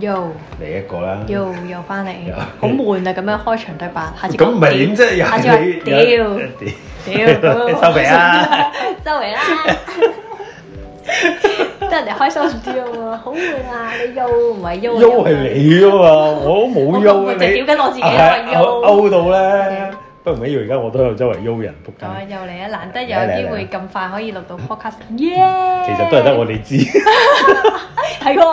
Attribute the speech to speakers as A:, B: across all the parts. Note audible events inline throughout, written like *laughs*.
A: Yo
B: 嚟一個啦。
A: Yo 又翻嚟
B: 又，
A: 好悶啊！咁樣開場對白，下次
B: 咁唔係點啫？又
A: 下次
B: 係你
A: 話屌
B: 有
A: 屌咁樣
B: 收皮
A: *laughs*
B: 啊！
A: 周圍啦，得人哋開 *laughs* 心啲啊嘛，好悶啊！你 Yo 唔係 Yo 啊
B: 優係你啊嘛，我都冇優
A: 我
B: 啊
A: 就
B: 你
A: 屌。緊我自己
B: 係
A: 啊！Yo
B: 勾到咧，不過唔緊要，而家我都有周圍優人仆
A: 咁啊，
B: 街，
A: 又嚟啊！難得又有機會咁快可以錄到 podcast，耶！
B: 其實都係得我哋知。
A: 係喎，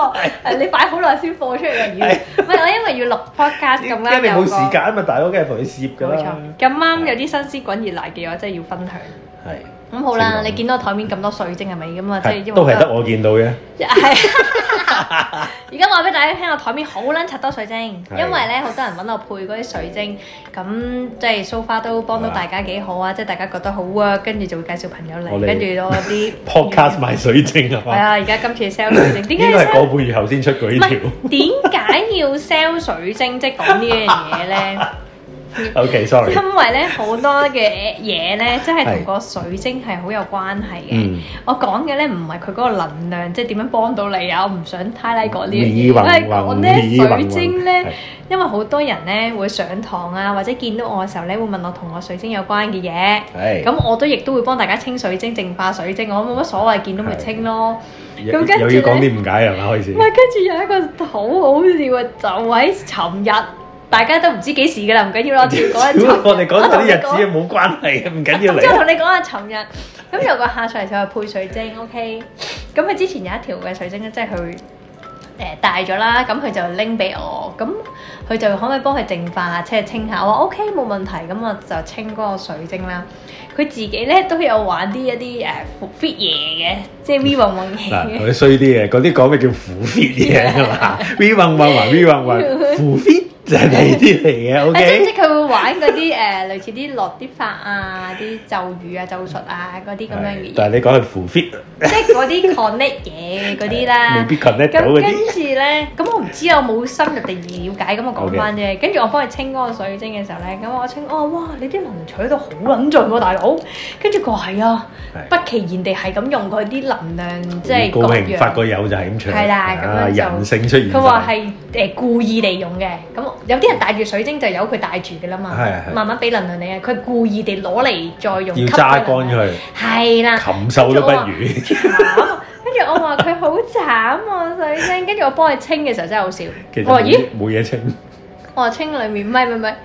A: 誒你擺好耐先播出嚟嘅，要
B: 係
A: 唔係我因為要錄 podcast 咁啱
B: 因為
A: 有
B: 冇
A: 個
B: 時間嘛，大佬梗係同你攝㗎
A: 冇
B: 啦。
A: 錯，咁啱有啲新鮮滾熱辣嘅，我真係要分享。
B: 係。
A: 咁好啦，
B: 正常
A: 你見到台面咁多水晶係咪咁啊？即係因為
B: 係都係得我見到嘅，
A: 係。 *laughs* 而家話俾大家聽，我台面好撚柒多水晶，因
B: 係
A: 為咧好多人揾我配嗰啲水晶，咁即係 so far 都幫到大家幾好啊！即係大家覺得好 work，跟住就會介紹朋友
B: 我
A: 嚟，
B: 哋
A: 跟住我啲 Ừ.
B: podcast 賣水晶啊
A: 係
B: 嘛，
A: 啊！而家今次 sell 水晶，
B: *laughs*
A: 點
B: 應該
A: 解
B: 係
A: sell
B: 個半月後先出嗰
A: 唔
B: 呢條。
A: 係點解要 sell 水晶？即係講呢樣嘢
B: *laughs*
A: 咧？
B: OK，sorry。
A: 因為咧好多嘅嘢咧，即係同
B: 係
A: 個水晶係好有關係嘅。
B: 嗯，
A: 我講嘅咧唔係佢嗰個能量，即係點樣幫到你啊！我唔想 highlight 嗰啲嘢，
B: 以為
A: 我係講咧
B: 以為
A: 水晶咧，因為好多人咧會上堂啊，或者見到我嘅時候咧會問我同我水晶有關嘅嘢，
B: 係
A: 咁我都亦都會幫大家清水晶、淨化水晶，我冇乜所謂，見到咪清咯。
B: 又
A: 咁跟住
B: 又
A: 咧
B: 要講啲誤解係咪開始
A: 唔？係，跟住有一個好好笑嘅，就喺尋日，大家都唔知幾時㗎啦，唔緊要啦，我跳嗰一
B: *laughs* 我哋講
A: 我
B: 到
A: 同
B: 啲
A: 你
B: 日
A: 講
B: 子冇關係嘅，唔緊要
A: 即係
B: 嚟。
A: 同你講下尋日，咁有個客上嚟就係配水晶，OK。咁佢之前有一條嘅水晶咧，即係佢誒戴咗啦，咁佢就拎俾我，咁佢就可唔可以幫佢淨化，即係清下？我話 OK 冇問題，咁我就清嗰個水晶啦。佢自己咧都有玩啲一啲誒 fit 嘢嘅，即係 V
B: *laughs*
A: 運運嘢 *laughs*
B: 嗱，
A: 嘅。
B: 佢衰啲嘅，嗰啲講嘅叫苦 fit 嘢係嘛？V 運運還 V 運運，苦 fit 就係呢啲嚟
A: 誒
B: 嘅
A: 即
B: ờ, ，OK。
A: 即佢會玩嗰啲誒類似啲落啲法啊、啲咒語啊、咒術啊嗰啲咁樣嘅
B: 係
A: 嘢，
B: 但係你講係苦 fit，
A: 即係嗰啲 connect 嘢嗰啲
B: *laughs*
A: 啦。
B: 未必 connect
A: 咁
B: 到嗰
A: 跟
B: 啲。
A: 住咧，咁我唔知啊，我冇深入地了解，咁我講翻啫。跟住我幫佢清嗰個水晶嘅時候咧，咁我清，哦，哇，你啲能量取到好撚盡喎，大佬。跟住佢話係啊，
B: 係
A: 不其然地係咁用佢啲能量，即係
B: 高
A: 各
B: 興發
A: 樣。
B: 個友就係咁唱。
A: 係啦咁樣
B: 啊
A: 就
B: 人性出現。
A: 佢話係誒故意利用嘅，咁有啲人帶住水晶就由佢帶住嘅啦嘛
B: 係，係
A: 慢慢俾能量你啊。佢故意地攞嚟再用，
B: 要
A: 吸
B: 揸
A: 咗能量。
B: 乾
A: 係啦
B: 佢，。禽獸都不如。
A: à. 慘，跟住我話佢好慘啊水晶，跟住我幫佢清嘅時候真係好笑
B: 其。實
A: 我話
B: 冇
A: 咦，
B: 冇嘢清，
A: 我話清裡面，唔係唔係唔係，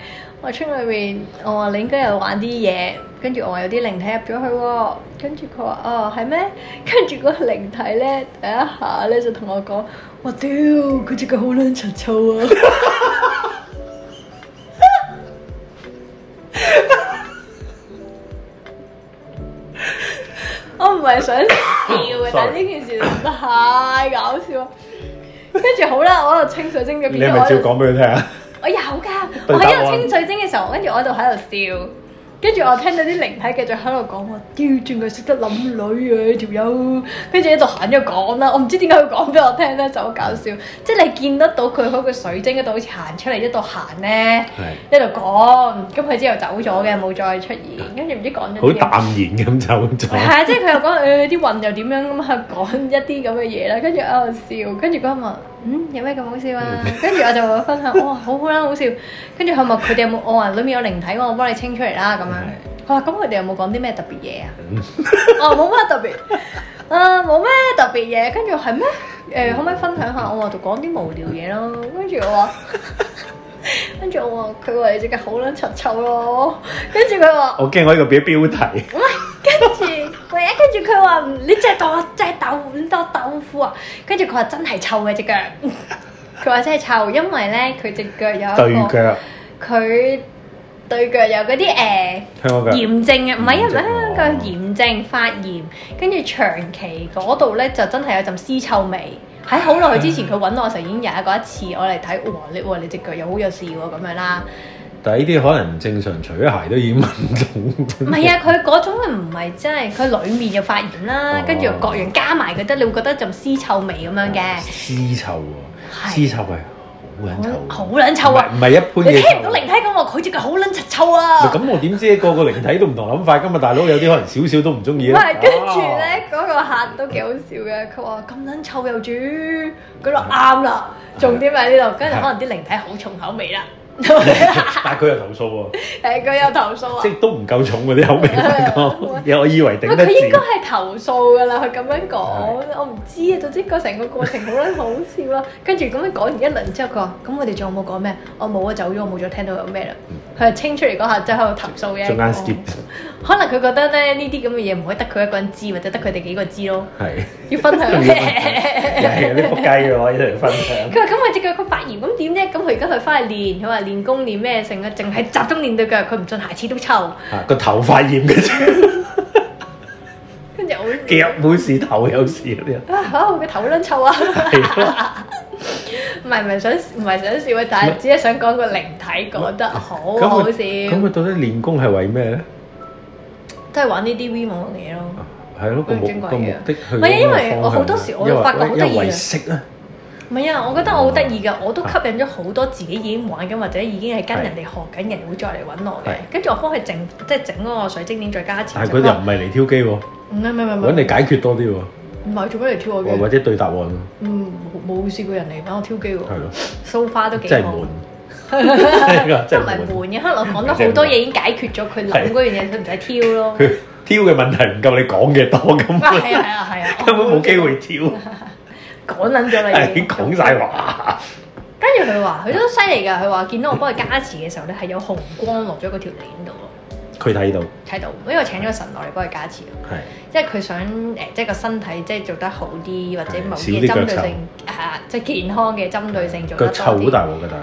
A: 我話清裡面，我話你應該有玩啲嘢，跟住我話有啲靈體入咗去喎，跟住佢話哦係咩？ *laughs* 跟住嗰個靈體咧第一下咧就同我講，我屌佢隻腳好撚柒臭啊！ *laughs* 我唔係想笑嘅，但係呢件事太搞笑。跟住好啦，我喺度清水晶咗
B: 你
A: 邊
B: 係
A: 度？
B: 咪
A: 我
B: 照
A: 喺度
B: 講俾佢聽啊？
A: 我有㗎，
B: 對
A: 我
B: 答
A: 喺
B: 案
A: 度清水晶嘅時候，跟住我喺度喺度笑。跟住我聽到啲靈體繼續喺度講我，屌，轉佢識得諗女啊條友，跟住喺度行咗講啦，我唔知點解佢講俾我聽咧，就好搞笑。即係你見得到佢喺個水晶嗰度好似行出嚟，一度行咧，
B: 係。
A: 一度講，咁佢之後走咗嘅，冇再出現，跟住唔知講咗啲
B: 好
A: 咩
B: 淡然咁走
A: 係
B: 咗。
A: 啊，即係佢又講誒啲運又點樣咁啊，講一啲咁嘅嘢啦，跟住喺度笑，跟住佢話嗯有咩咁好笑啊？跟住我就會分享，哇好好啦，好笑。跟住佢問佢哋有冇，我話裡面有靈體喎，我幫你清出嚟啦咁樣。佢話咁佢哋有冇講啲咩特別嘢啊？我話冇乜特別，啊冇咩特別嘢。跟住係咩？誒、可唔可以分享下？我話就講啲無聊嘢咯。跟住我話。 *laughs* 跟住我話佢話你隻腳好撚柒臭咯，跟住佢話
B: 我驚我呢個俾標題。
A: 喂，跟住喂，跟住佢話唔你真係當我真係豆你當我豆腐啊！跟住佢話真係臭嘅只腳，佢話真係臭，因為咧佢只腳有
B: 對
A: 一個
B: 腳，
A: 佢對腳有嗰啲誒
B: 香港腳，
A: 炎症啊嘅，唔係因為香
B: 哦
A: 港炎症發炎，跟住長期嗰度咧就真係有陣屍臭味。喺好耐之
B: 嗯
A: 前佢揾我嘅時候已經有一個一次我嚟睇，哇你哇你隻腳又好有事喎咁樣啦。
B: 但係呢啲可能正常除咗鞋都已經聞 *laughs*
A: 唔
B: 到。
A: 係啊，佢嗰種唔係真係，佢裡面有發炎啦
B: 哦，
A: 跟住又各樣加埋佢得，你會覺得陣屍臭味咁樣嘅，
B: 屍臭喎，
A: 係
B: 屍臭係好撚臭
A: 好好
B: 喎，
A: 撚臭啊！
B: 哦
A: 啊
B: 唔係！唔係一般
A: 你
B: 嘅
A: 聽唔
B: 臭啊
A: 到靈體咁我佢隻腳好撚柒臭啊！
B: 咁我點知個個靈體都唔同諗法㗎嘛？大佬有啲可能少少都唔中意啊
A: 唔
B: 啦。
A: 係，跟住咧嗰個客都幾好笑嘅，佢話咁撚臭又煮，佢話啱啦，重點喺呢度，跟住可能啲靈體好重口味
B: *laughs*
A: 啦，
B: 啊， *laughs* 但係佢又投
A: *laughs*
B: 訴
A: 誒佢有投訴
B: 喎，
A: 啊
B: 即，係都唔夠重嗰啲口味
A: *laughs*
B: 翻講，因為我以為頂
A: 喂
B: 得
A: 佢應該
B: 住。
A: 係投訴㗎啦，佢咁樣講，我唔知啊，總之個成個過程好撚好笑啦，跟住咁樣講完一輪之後，佢話咁我哋仲有冇講咩？我冇啊，走咗，我冇再聽到有咩啦，佢係清出嚟嗰下真係喺度投訴嘅，
B: 中間嗯 skip
A: 可能佢覺得咧呢啲咁嘅嘢唔可以得佢一個人知，或者得佢哋幾個知咯，
B: 係，
A: 要分
B: *laughs*
A: 享
B: 要分又係有啲仆街嘅喎，一齊分享。
A: *laughs* 佢話：咁我只腳佢發炎，咁點啫？咁佢而家佢翻去練，佢話練功練咩成啊，淨係集中練對腳，佢唔信下次都臭。
B: 啊，個頭髮染
A: *laughs*
B: 嘅啫，
A: 跟住我
B: 腳冇事，頭有事嗰啲人。
A: 啊嚇，佢個頭撚臭啊！
B: 係
A: *laughs*
B: 咯
A: 唔係唔係想唔係想笑啊，但係只係想講個靈體講得好
B: 咁
A: 好
B: 佢
A: 笑，
B: 咁佢到底練功係為咩咧？
A: 都係玩呢啲 V 網嘅嘢咯。
B: 係咯，個目
A: 咁矜貴嘅
B: 個目的去
A: 唔係因為
B: 嗰個
A: 我
B: 方向啊
A: 好多時我
B: 因為
A: 發覺好得意
B: 因為
A: 嘅
B: 識
A: *laughs*
B: 啊，
A: 唔係啊，我覺得我好得
B: 哦
A: 意㗎，我都吸引咗好多自己已經玩緊或者已經係跟人哋學緊人會再嚟揾我嘅
B: 係。
A: 跟住我幫佢整即係整嗰個水晶鏈再加錢。
B: 但係佢又唔係嚟挑機喎，
A: 唔係唔係唔
B: 揾你
A: 係
B: 解決多啲喎，
A: 唔係做咩嚟挑我
B: 或
A: 嘅
B: 或？者對答案咯，
A: 嗯，冇冇試過人嚟揾我挑機喎。
B: 係咯，
A: so far 都幾
B: 真係
A: 好， *laughs*
B: 悶，呢個
A: 都
B: 真
A: 唔係
B: 係悶。
A: 悶嘅，可能我講咗好多嘢已經解決咗佢諗嗰樣嘢，佢唔使挑咯。
B: 佢挑嘅問題唔夠你講嘅多咁
A: 啊，， *laughs* 係啊，係啊，係啊，
B: 根本冇機會挑，
A: 講撚咗啦
B: 係
A: 已
B: 已
A: 經。
B: 經講晒話。
A: 跟住佢話，佢都犀利㗎，佢話見到我幫佢加持嘅時候咧，係有紅光落咗嗰條鏈度咯，
B: 佢睇到
A: 睇到，因為我請咗神落嚟幫佢加持，
B: 係
A: 即係佢想誒，即係個身體即係做得好啲，或者
B: 係
A: 某
B: 少
A: 啲
B: 啲
A: 針對
B: 腳
A: 性啊，即係健康嘅針對性做得
B: 個
A: 多
B: 臭好
A: 啲。
B: 大鑊嘅大佬，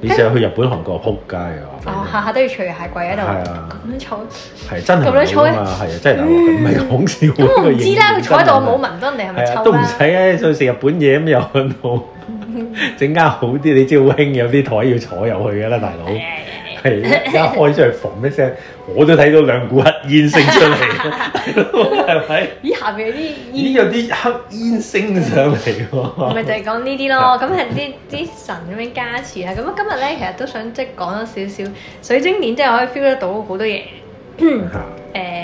B: 你成日去日本韓國撲街啊！我
A: 哦，
B: 話
A: 下下都要除鞋櫃喺度，
B: 係啊
A: 咁樣臭。
B: 俾你係真係
A: 咁你坐嗯
B: 冇啊嘛，係啊，真係大鑊嘅，唔係講笑。啊
A: 咁我
B: 呢個
A: 唔知啦，
B: 認
A: 佢
B: 真
A: 坐喺度，
B: 問
A: 我
B: 題
A: 冇聞到人哋係咪
B: 係啊，
A: 臭
B: 都唔
A: 啦
B: 使。嘅，想食日本嘢咁又去到
A: 嗯
B: 整間好啲，你知好興有啲台要坐入去㗎啦，大佬。係一開出去，嘣一聲，我都睇到兩股黑煙升出嚟，
A: *laughs*
B: 係咪？
A: 咦，下邊有啲
B: 咦，
A: 煙，
B: 有啲黑煙升上嚟
A: 咪
B: 喎。
A: 就係講呢啲咯。咁係啲啲神咁樣加持啦。咁啊，今日咧其實都想即係講咗少少水晶鏈，真係可以 feel 得到好多嘢。
B: 嚇
A: *coughs* 誒、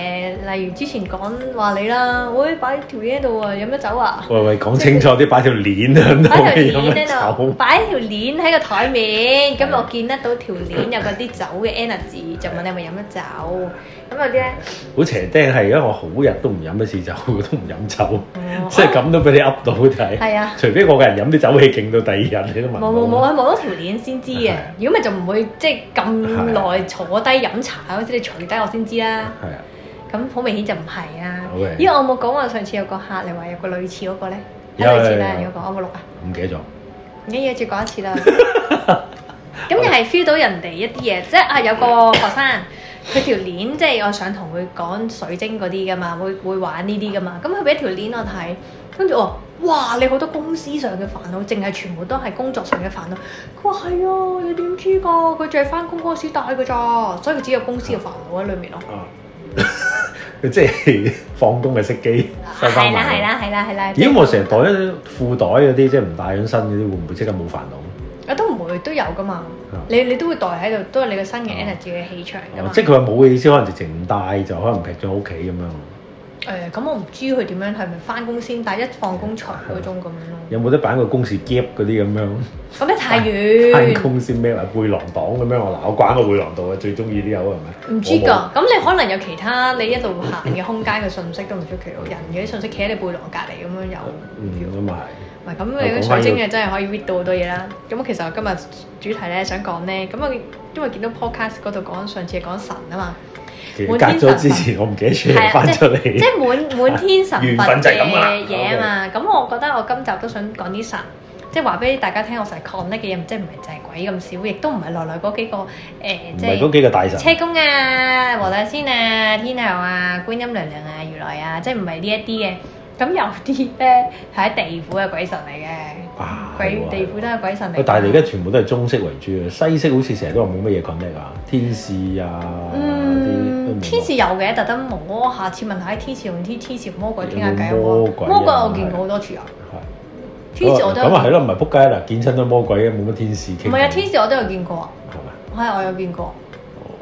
A: 例如之前講話你啦，喂，擺條嘢喺度啊，飲乜酒啊？
B: *laughs* 喂喂，講清楚啲，擺條鏈喺度，
A: *laughs* 擺
B: 有
A: 條鏈
B: 乜
A: 喺度，
B: 走？
A: 擺條鏈喺個台面，咁我見得到條鏈有嗰啲酒嘅 energy，就問你係咪飲乜酒？咁有啲咧，
B: 好邪釘係，因為我好日都唔飲一次酒，都唔飲
A: *laughs*
B: 酒，
A: 哦
B: 即係咁都俾你噏到睇。
A: 係啊。
B: 除非我個人飲啲酒氣勁到第二日，你都聞
A: 冇
B: 到
A: 冇冇，我望到條鏈先知嘅。如果咪就唔會即係咁耐坐低飲茶，好似你除低我先知啦。
B: 係啊，
A: 咁好明顯就唔係啊。
B: 好嘅
A: 咦，我冇講話上次有個客你話有個類似嗰個咧，
B: 有
A: 類似啦
B: 有有
A: 有個我冇錄
B: *laughs*
A: 啊，
B: 唔記得咗。
A: 唔緊要，再講一次啦。咁又係 feel 到人哋一啲嘢，即係啊有個學生。佢條鏈即係我想同佢講水晶嗰啲噶嘛，會會玩呢啲噶嘛。咁佢俾條鏈我睇，跟住我話哇，你好多公司上嘅煩惱，淨係全部都係工作上嘅煩惱。佢話係啊，你點知㗎？佢就係翻工嗰陣時戴㗎咋，所以佢只有公司嘅煩惱喺裏面咯。
B: 啊！佢 *laughs* 即係放工嘅熄機，收翻
A: 係啦係
B: 埋。
A: 啦係啦係啦。
B: 咦！我成日袋褲袋嗰啲，即係唔帶緊身嗰啲，會唔會即刻冇煩惱？
A: 我啊都唔會都有㗎嘛
B: 啊。哦
A: 你你都會袋喺度，都係你個新嘅 energy 嘅氣場㗎嘛。
B: 即係佢話冇嘅意思，可能直情唔帶就可能劈咗屋企咁樣。
A: 誒咁我唔知佢點樣係咪翻工先戴，一放工除嗰種咁樣咯。
B: 有冇得擺個公事夾嗰啲咁樣？
A: 咁咧太
B: 翻
A: 遠。
B: 工先孭埋背囊黨咁樣，我嗱我慣個背囊度啊，最中意呢口係咪？
A: 唔知
B: 我冇
A: 㗎，咁你可能有其他你一路行嘅空間嘅信息都唔出奇咯，人嘅啲信息企喺你背囊隔離咁樣有，
B: 嗯，咁啊
A: 唔係咁你啲水晶嘅真係可以 read 到好多嘢啦。咁其實我今日主題咧想講咧，咁啊因為見到 podcast 嗰度講上次係講神啊嘛，
B: 係。其實
A: 滿
B: 隔
A: 天
B: 咗
A: 神
B: 之前，我唔記得出嚟翻出
A: 即
B: 嚟。
A: 係滿
B: *laughs*
A: 滿天神
B: 緣
A: 佛
B: 分就係咁㗎啦
A: 嘅嘢啊嘛。咁我覺得我今集都想講啲神。即係話俾大家聽，我成日 connect 嘅嘢，即係唔係就係鬼咁少，亦都唔係來來嗰幾個誒、呃
B: 唔
A: 即
B: 係
A: 係
B: 嗰幾個大神。
A: 車公啊、黃大仙啊、天后啊、觀音娘娘啊、如來啊，即係唔係呢一啲嘅。咁有啲咧係喺地府嘅鬼神嚟嘅，
B: 啊
A: 鬼
B: 係喎
A: 地府都係鬼神嚟
B: 喂
A: 㗎。
B: 但係你而家全部都係中式為主嘅，西式好似成日都話冇乜嘢 connect 啊，天使啊，啲都
A: 嗯，
B: 冇啊
A: 天使有嘅，特登摸，下次問下哎啲天使同啲天使同魔鬼傾下偈好
B: 有冇
A: 唔
B: 魔
A: 好
B: 鬼
A: 啊
B: 啊
A: 魔鬼我見過好多次啊，
B: 係
A: 天使我都有
B: 咁啊係
A: 見。
B: 咯，唔係撲街啦，見親都魔鬼嘅，冇乜天使傾。
A: 啊唔係啊，天使我都有見過啊。
B: 係嘛？
A: 係係我有見過，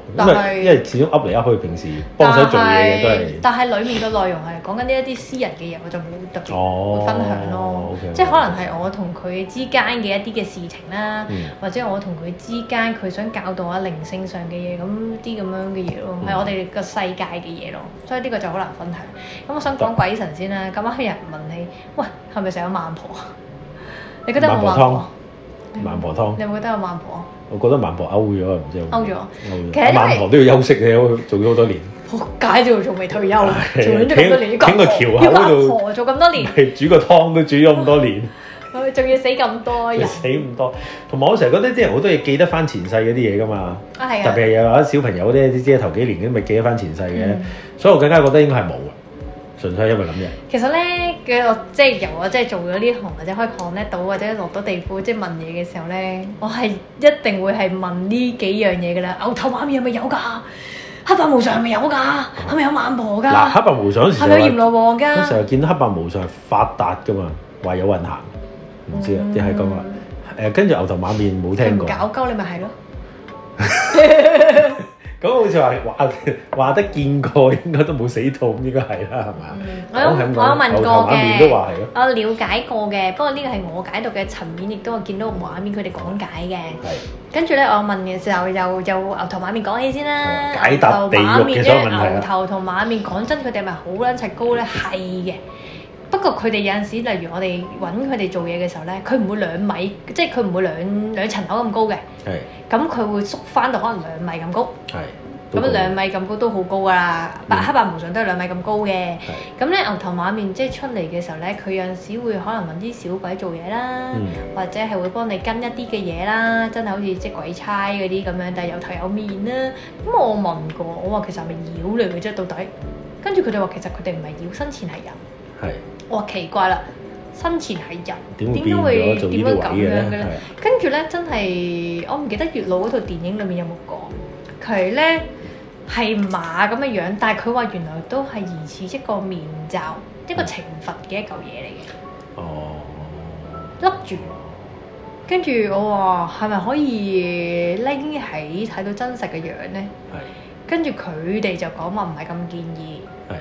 B: 因
A: 但係
B: 為因為始終噏嚟噏去，平時幫手做嘢嘅都係。
A: 但係但係裡面嘅內容係講緊呢一啲私人嘅嘢，我就冇特別
B: 哦
A: 會分享咯。
B: OK，
A: 即係可能係我同佢之間嘅一啲嘅事情啦，
B: 嗯
A: 或者我同佢之間佢想教導啊靈性上嘅嘢，咁啲咁樣嘅嘢咯，係、
B: 嗯
A: 我哋個世界嘅嘢咯。所以呢個就好難分享。咁我想講鬼神先啦。咁啱有人問你，喂，係咪成日有孟婆？你覺得有冇
B: 孟
A: 孟
B: 婆
A: 婆？
B: 孟婆湯
A: 你，有冇覺得有孟婆？
B: 我覺得孟婆勾咗，啊唔知有冇
A: 勾咗
B: 勾
A: 其實因為
B: 咗。孟婆都要休息嘅，做咗好多年，
A: 仆街都仲未退休，做咗咁多年，
B: 企喺個橋口
A: 要個阿
B: 度
A: 婆做咁多年。 *laughs*
B: 係 *laughs* 煮個湯都煮咗咁多年，
A: 佢仲要死咁多
B: *laughs*
A: 人
B: 死咁多。同埋我成日覺得啲人好多嘢記得翻前世嗰啲嘢㗎嘛，
A: 啊，係
B: 特別
A: 啊，
B: 係有啲小朋友咧，啲知頭幾年咁咪記得翻前世嘅
A: 嗯，
B: 所以我更加覺得應該係冇嘅，純粹係因為咁嘅。
A: 其實咧嘅我即係由我即係做咗呢行或者可以 connect 到或者落到地庫即係問嘢嘅時候咧，我係一定會係問呢幾樣嘢㗎啦。牛頭馬面係咪有㗎？黑白無常係咪有㗎？係咪有孟婆
B: 嗱，
A: 㗎？
B: 黑白無常嗰時
A: 係咪有閻啊
B: 就
A: 羅王
B: 話，嗰時候
A: 㗎？
B: 見到黑白無常係發達㗎嘛，話有運行，唔知啊，定係咁啊。誒，跟住牛頭馬面冇
A: 佢
B: 聽
A: 嗯唔
B: 過。
A: 搞鳩你咪係咯。
B: 咁好似話話 *laughs* 話得見過，應該都冇死到，應該係啦，係嘛？
A: 嗯我有
B: 講係咁
A: 我有
B: 講
A: 問
B: 牛頭
A: 過
B: 馬面都
A: 嘅。
B: 話係咯，
A: 我啊了解過嘅，不過呢個係我解讀嘅層面，亦都我見到畫面佢哋講解嘅。
B: 係
A: 跟住咧，我問嘅時候又又牛頭馬面講起先啦。
B: 哦解答地獄嘅所有問題啦
A: 牛頭馬面因為牛頭同馬面講真，佢哋係咪好撚尺高咧？係嘅。不過佢哋有陣時，例如我哋揾佢哋做嘢嘅時候咧，佢唔會兩米，即係佢唔會兩兩層樓咁高嘅，
B: 係
A: 咁佢會縮翻到可能兩米咁高。
B: 係。
A: 咁啊兩米咁高都好高㗎啦，白
B: 嗯
A: 黑白無常都係兩米咁高嘅。咁咧牛頭馬面即係出嚟嘅時候咧，佢有陣時會可能揾啲小鬼做嘢啦。
B: 嗯
A: 或者係會幫你跟一啲嘅嘢啦，真係好似即係鬼差嗰啲咁樣，但係有頭有面啦。咁我問過，我話其實係咪妖嚟嘅啫？到底？跟住佢哋話其實佢哋唔係妖，生前係人。
B: 係
A: 我話奇怪啦，生前係人，
B: 點會
A: 點解
B: 變
A: 會
B: 咗做呢
A: 點
B: 啲
A: 解
B: 位
A: 咁
B: 嘅
A: 樣
B: 咧
A: 嘅？咧？跟住咧真係我唔記得月老嗰套電影裡面有冇講，佢咧係馬咁嘅樣，但係佢話原來都係疑似一個面罩，一個懲罰嘅一嚿嘢
B: 係哦，
A: 嚟嘅，笠住。跟住我話係咪可以拎起睇到真實嘅樣呢？
B: 係
A: 跟住佢哋就講話唔係咁建議。
B: 係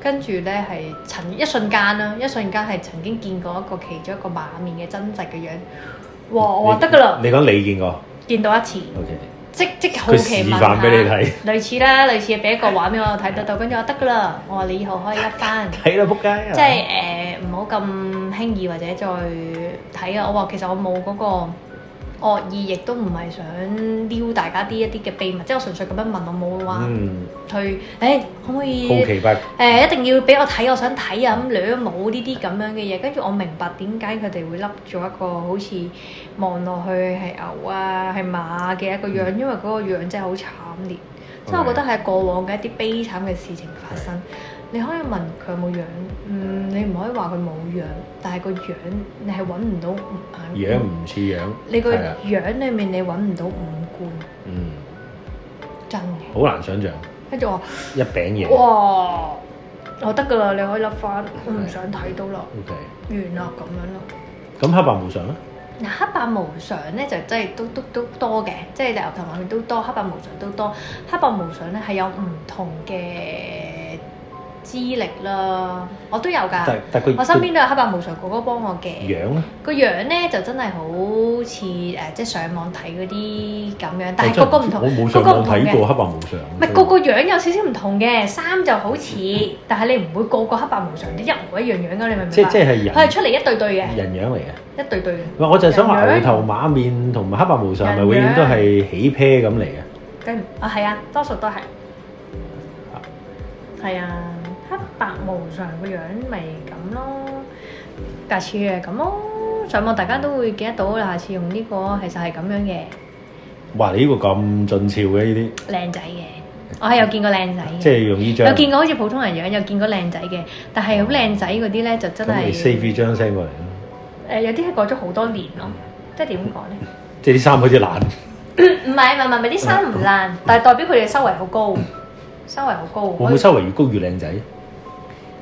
A: 跟住呢係曾一瞬間啦，一瞬間係曾經見過一個其中一個馬面嘅真實嘅樣。哇！我話得㗎啦，
B: 你講你見過
A: 見到一次，
B: ？OK，
A: 即即好
B: 佢
A: 奇
B: 示
A: 問
B: 範俾你
A: 下。
B: *laughs* 睇，
A: 類似啦，類似俾一個畫面我睇得到，跟住我得㗎啦。我話你以後可以笠翻。
B: 睇啦，仆街啊！
A: 即係誒唔好咁輕易或者再睇啊！我話其實我冇嗰個惡意，亦都唔係想撩大家啲一啲嘅秘密，即係我純粹咁樣問，我冇話
B: 嗯，
A: 去誒、可唔可以
B: 好
A: 誒、
B: 奇怪，
A: 一定要俾我睇，我想睇啊咁兩冇呢啲咁樣嘅嘢，跟住我明白點解佢哋會笠咗一個好似望落去係牛啊係馬嘅一個
B: 嗯
A: 樣，因為嗰個樣真係好慘烈，即係我覺得係過往嘅一啲悲慘嘅事情發生。你可以問佢有冇樣，嗯，你唔可以話佢冇樣，但係個樣你係揾唔到五眼
B: 樣
A: 官。
B: 唔似樣，
A: 你個
B: 係啊
A: 樣裡面你揾唔到五官，
B: 嗯，
A: 真嘅。
B: 好難想像
A: 跟住我話
B: 一餅嘢。
A: 哇，我得㗎啦，你可以笠翻，我唔想睇到啦，
B: OK，
A: 完啦咁樣咯。
B: 咁黑白無常咧？
A: 嗱，黑白無常咧就真係都都都多嘅，即係牛頭馬面都多，黑白無常都多。黑白無常咧係有唔同嘅資歷啦，我都有㗎
B: 但。但佢
A: 我身邊都有黑白無常哥哥幫我
B: 佢
A: 嘅，
B: 樣咧，
A: 個樣咧就真係好似誒、即係上網睇嗰啲咁樣，但係
B: 我真
A: 個
B: 係
A: 個唔同，
B: 我冇
A: 個
B: 上
A: 個唔
B: 網
A: 同
B: 睇
A: 嘅，
B: 過黑白無常。
A: 唔係個個樣有少少唔同嘅，衫就好似，但係你唔會個個黑白無常都一模一樣樣㗎，你明唔
B: 即
A: 明
B: 即
A: 白？
B: 係人
A: 佢係出嚟一對對嘅，
B: 人樣嚟嘅。
A: 一對對嘅，
B: 唔係我就係想話
A: 人樣
B: 牛頭馬面同埋黑白無常係咪永
A: 人
B: 遠
A: 樣
B: 都係起 pair 咁嚟嘅？
A: 跟啊係啊，多數都係，係啊，黑白無常個樣咪咁咯，下次係咁咯，上網大家都會記得到，下次用呢、個其實係咁樣嘅。
B: 哇！你呢個咁俊俏嘅呢
A: 靚仔嘅，我係有見過靚仔
B: 啲，即
A: 嘅，
B: 係用呢張
A: 有見過好似普通人樣，有見過靚仔嘅，但係好靚仔嗰啲咧就真
B: 咁你 save 呢
A: 係誒、
B: 張 send 過嚟啦。
A: 有啲係過咗好多年咯，即係點講咧？
B: 即係啲衫好似爛，
A: 唔係唔係唔係，啲衫唔爛，但係代表佢哋收圍好高，收圍好高。
B: 會唔會收圍越高越靚仔？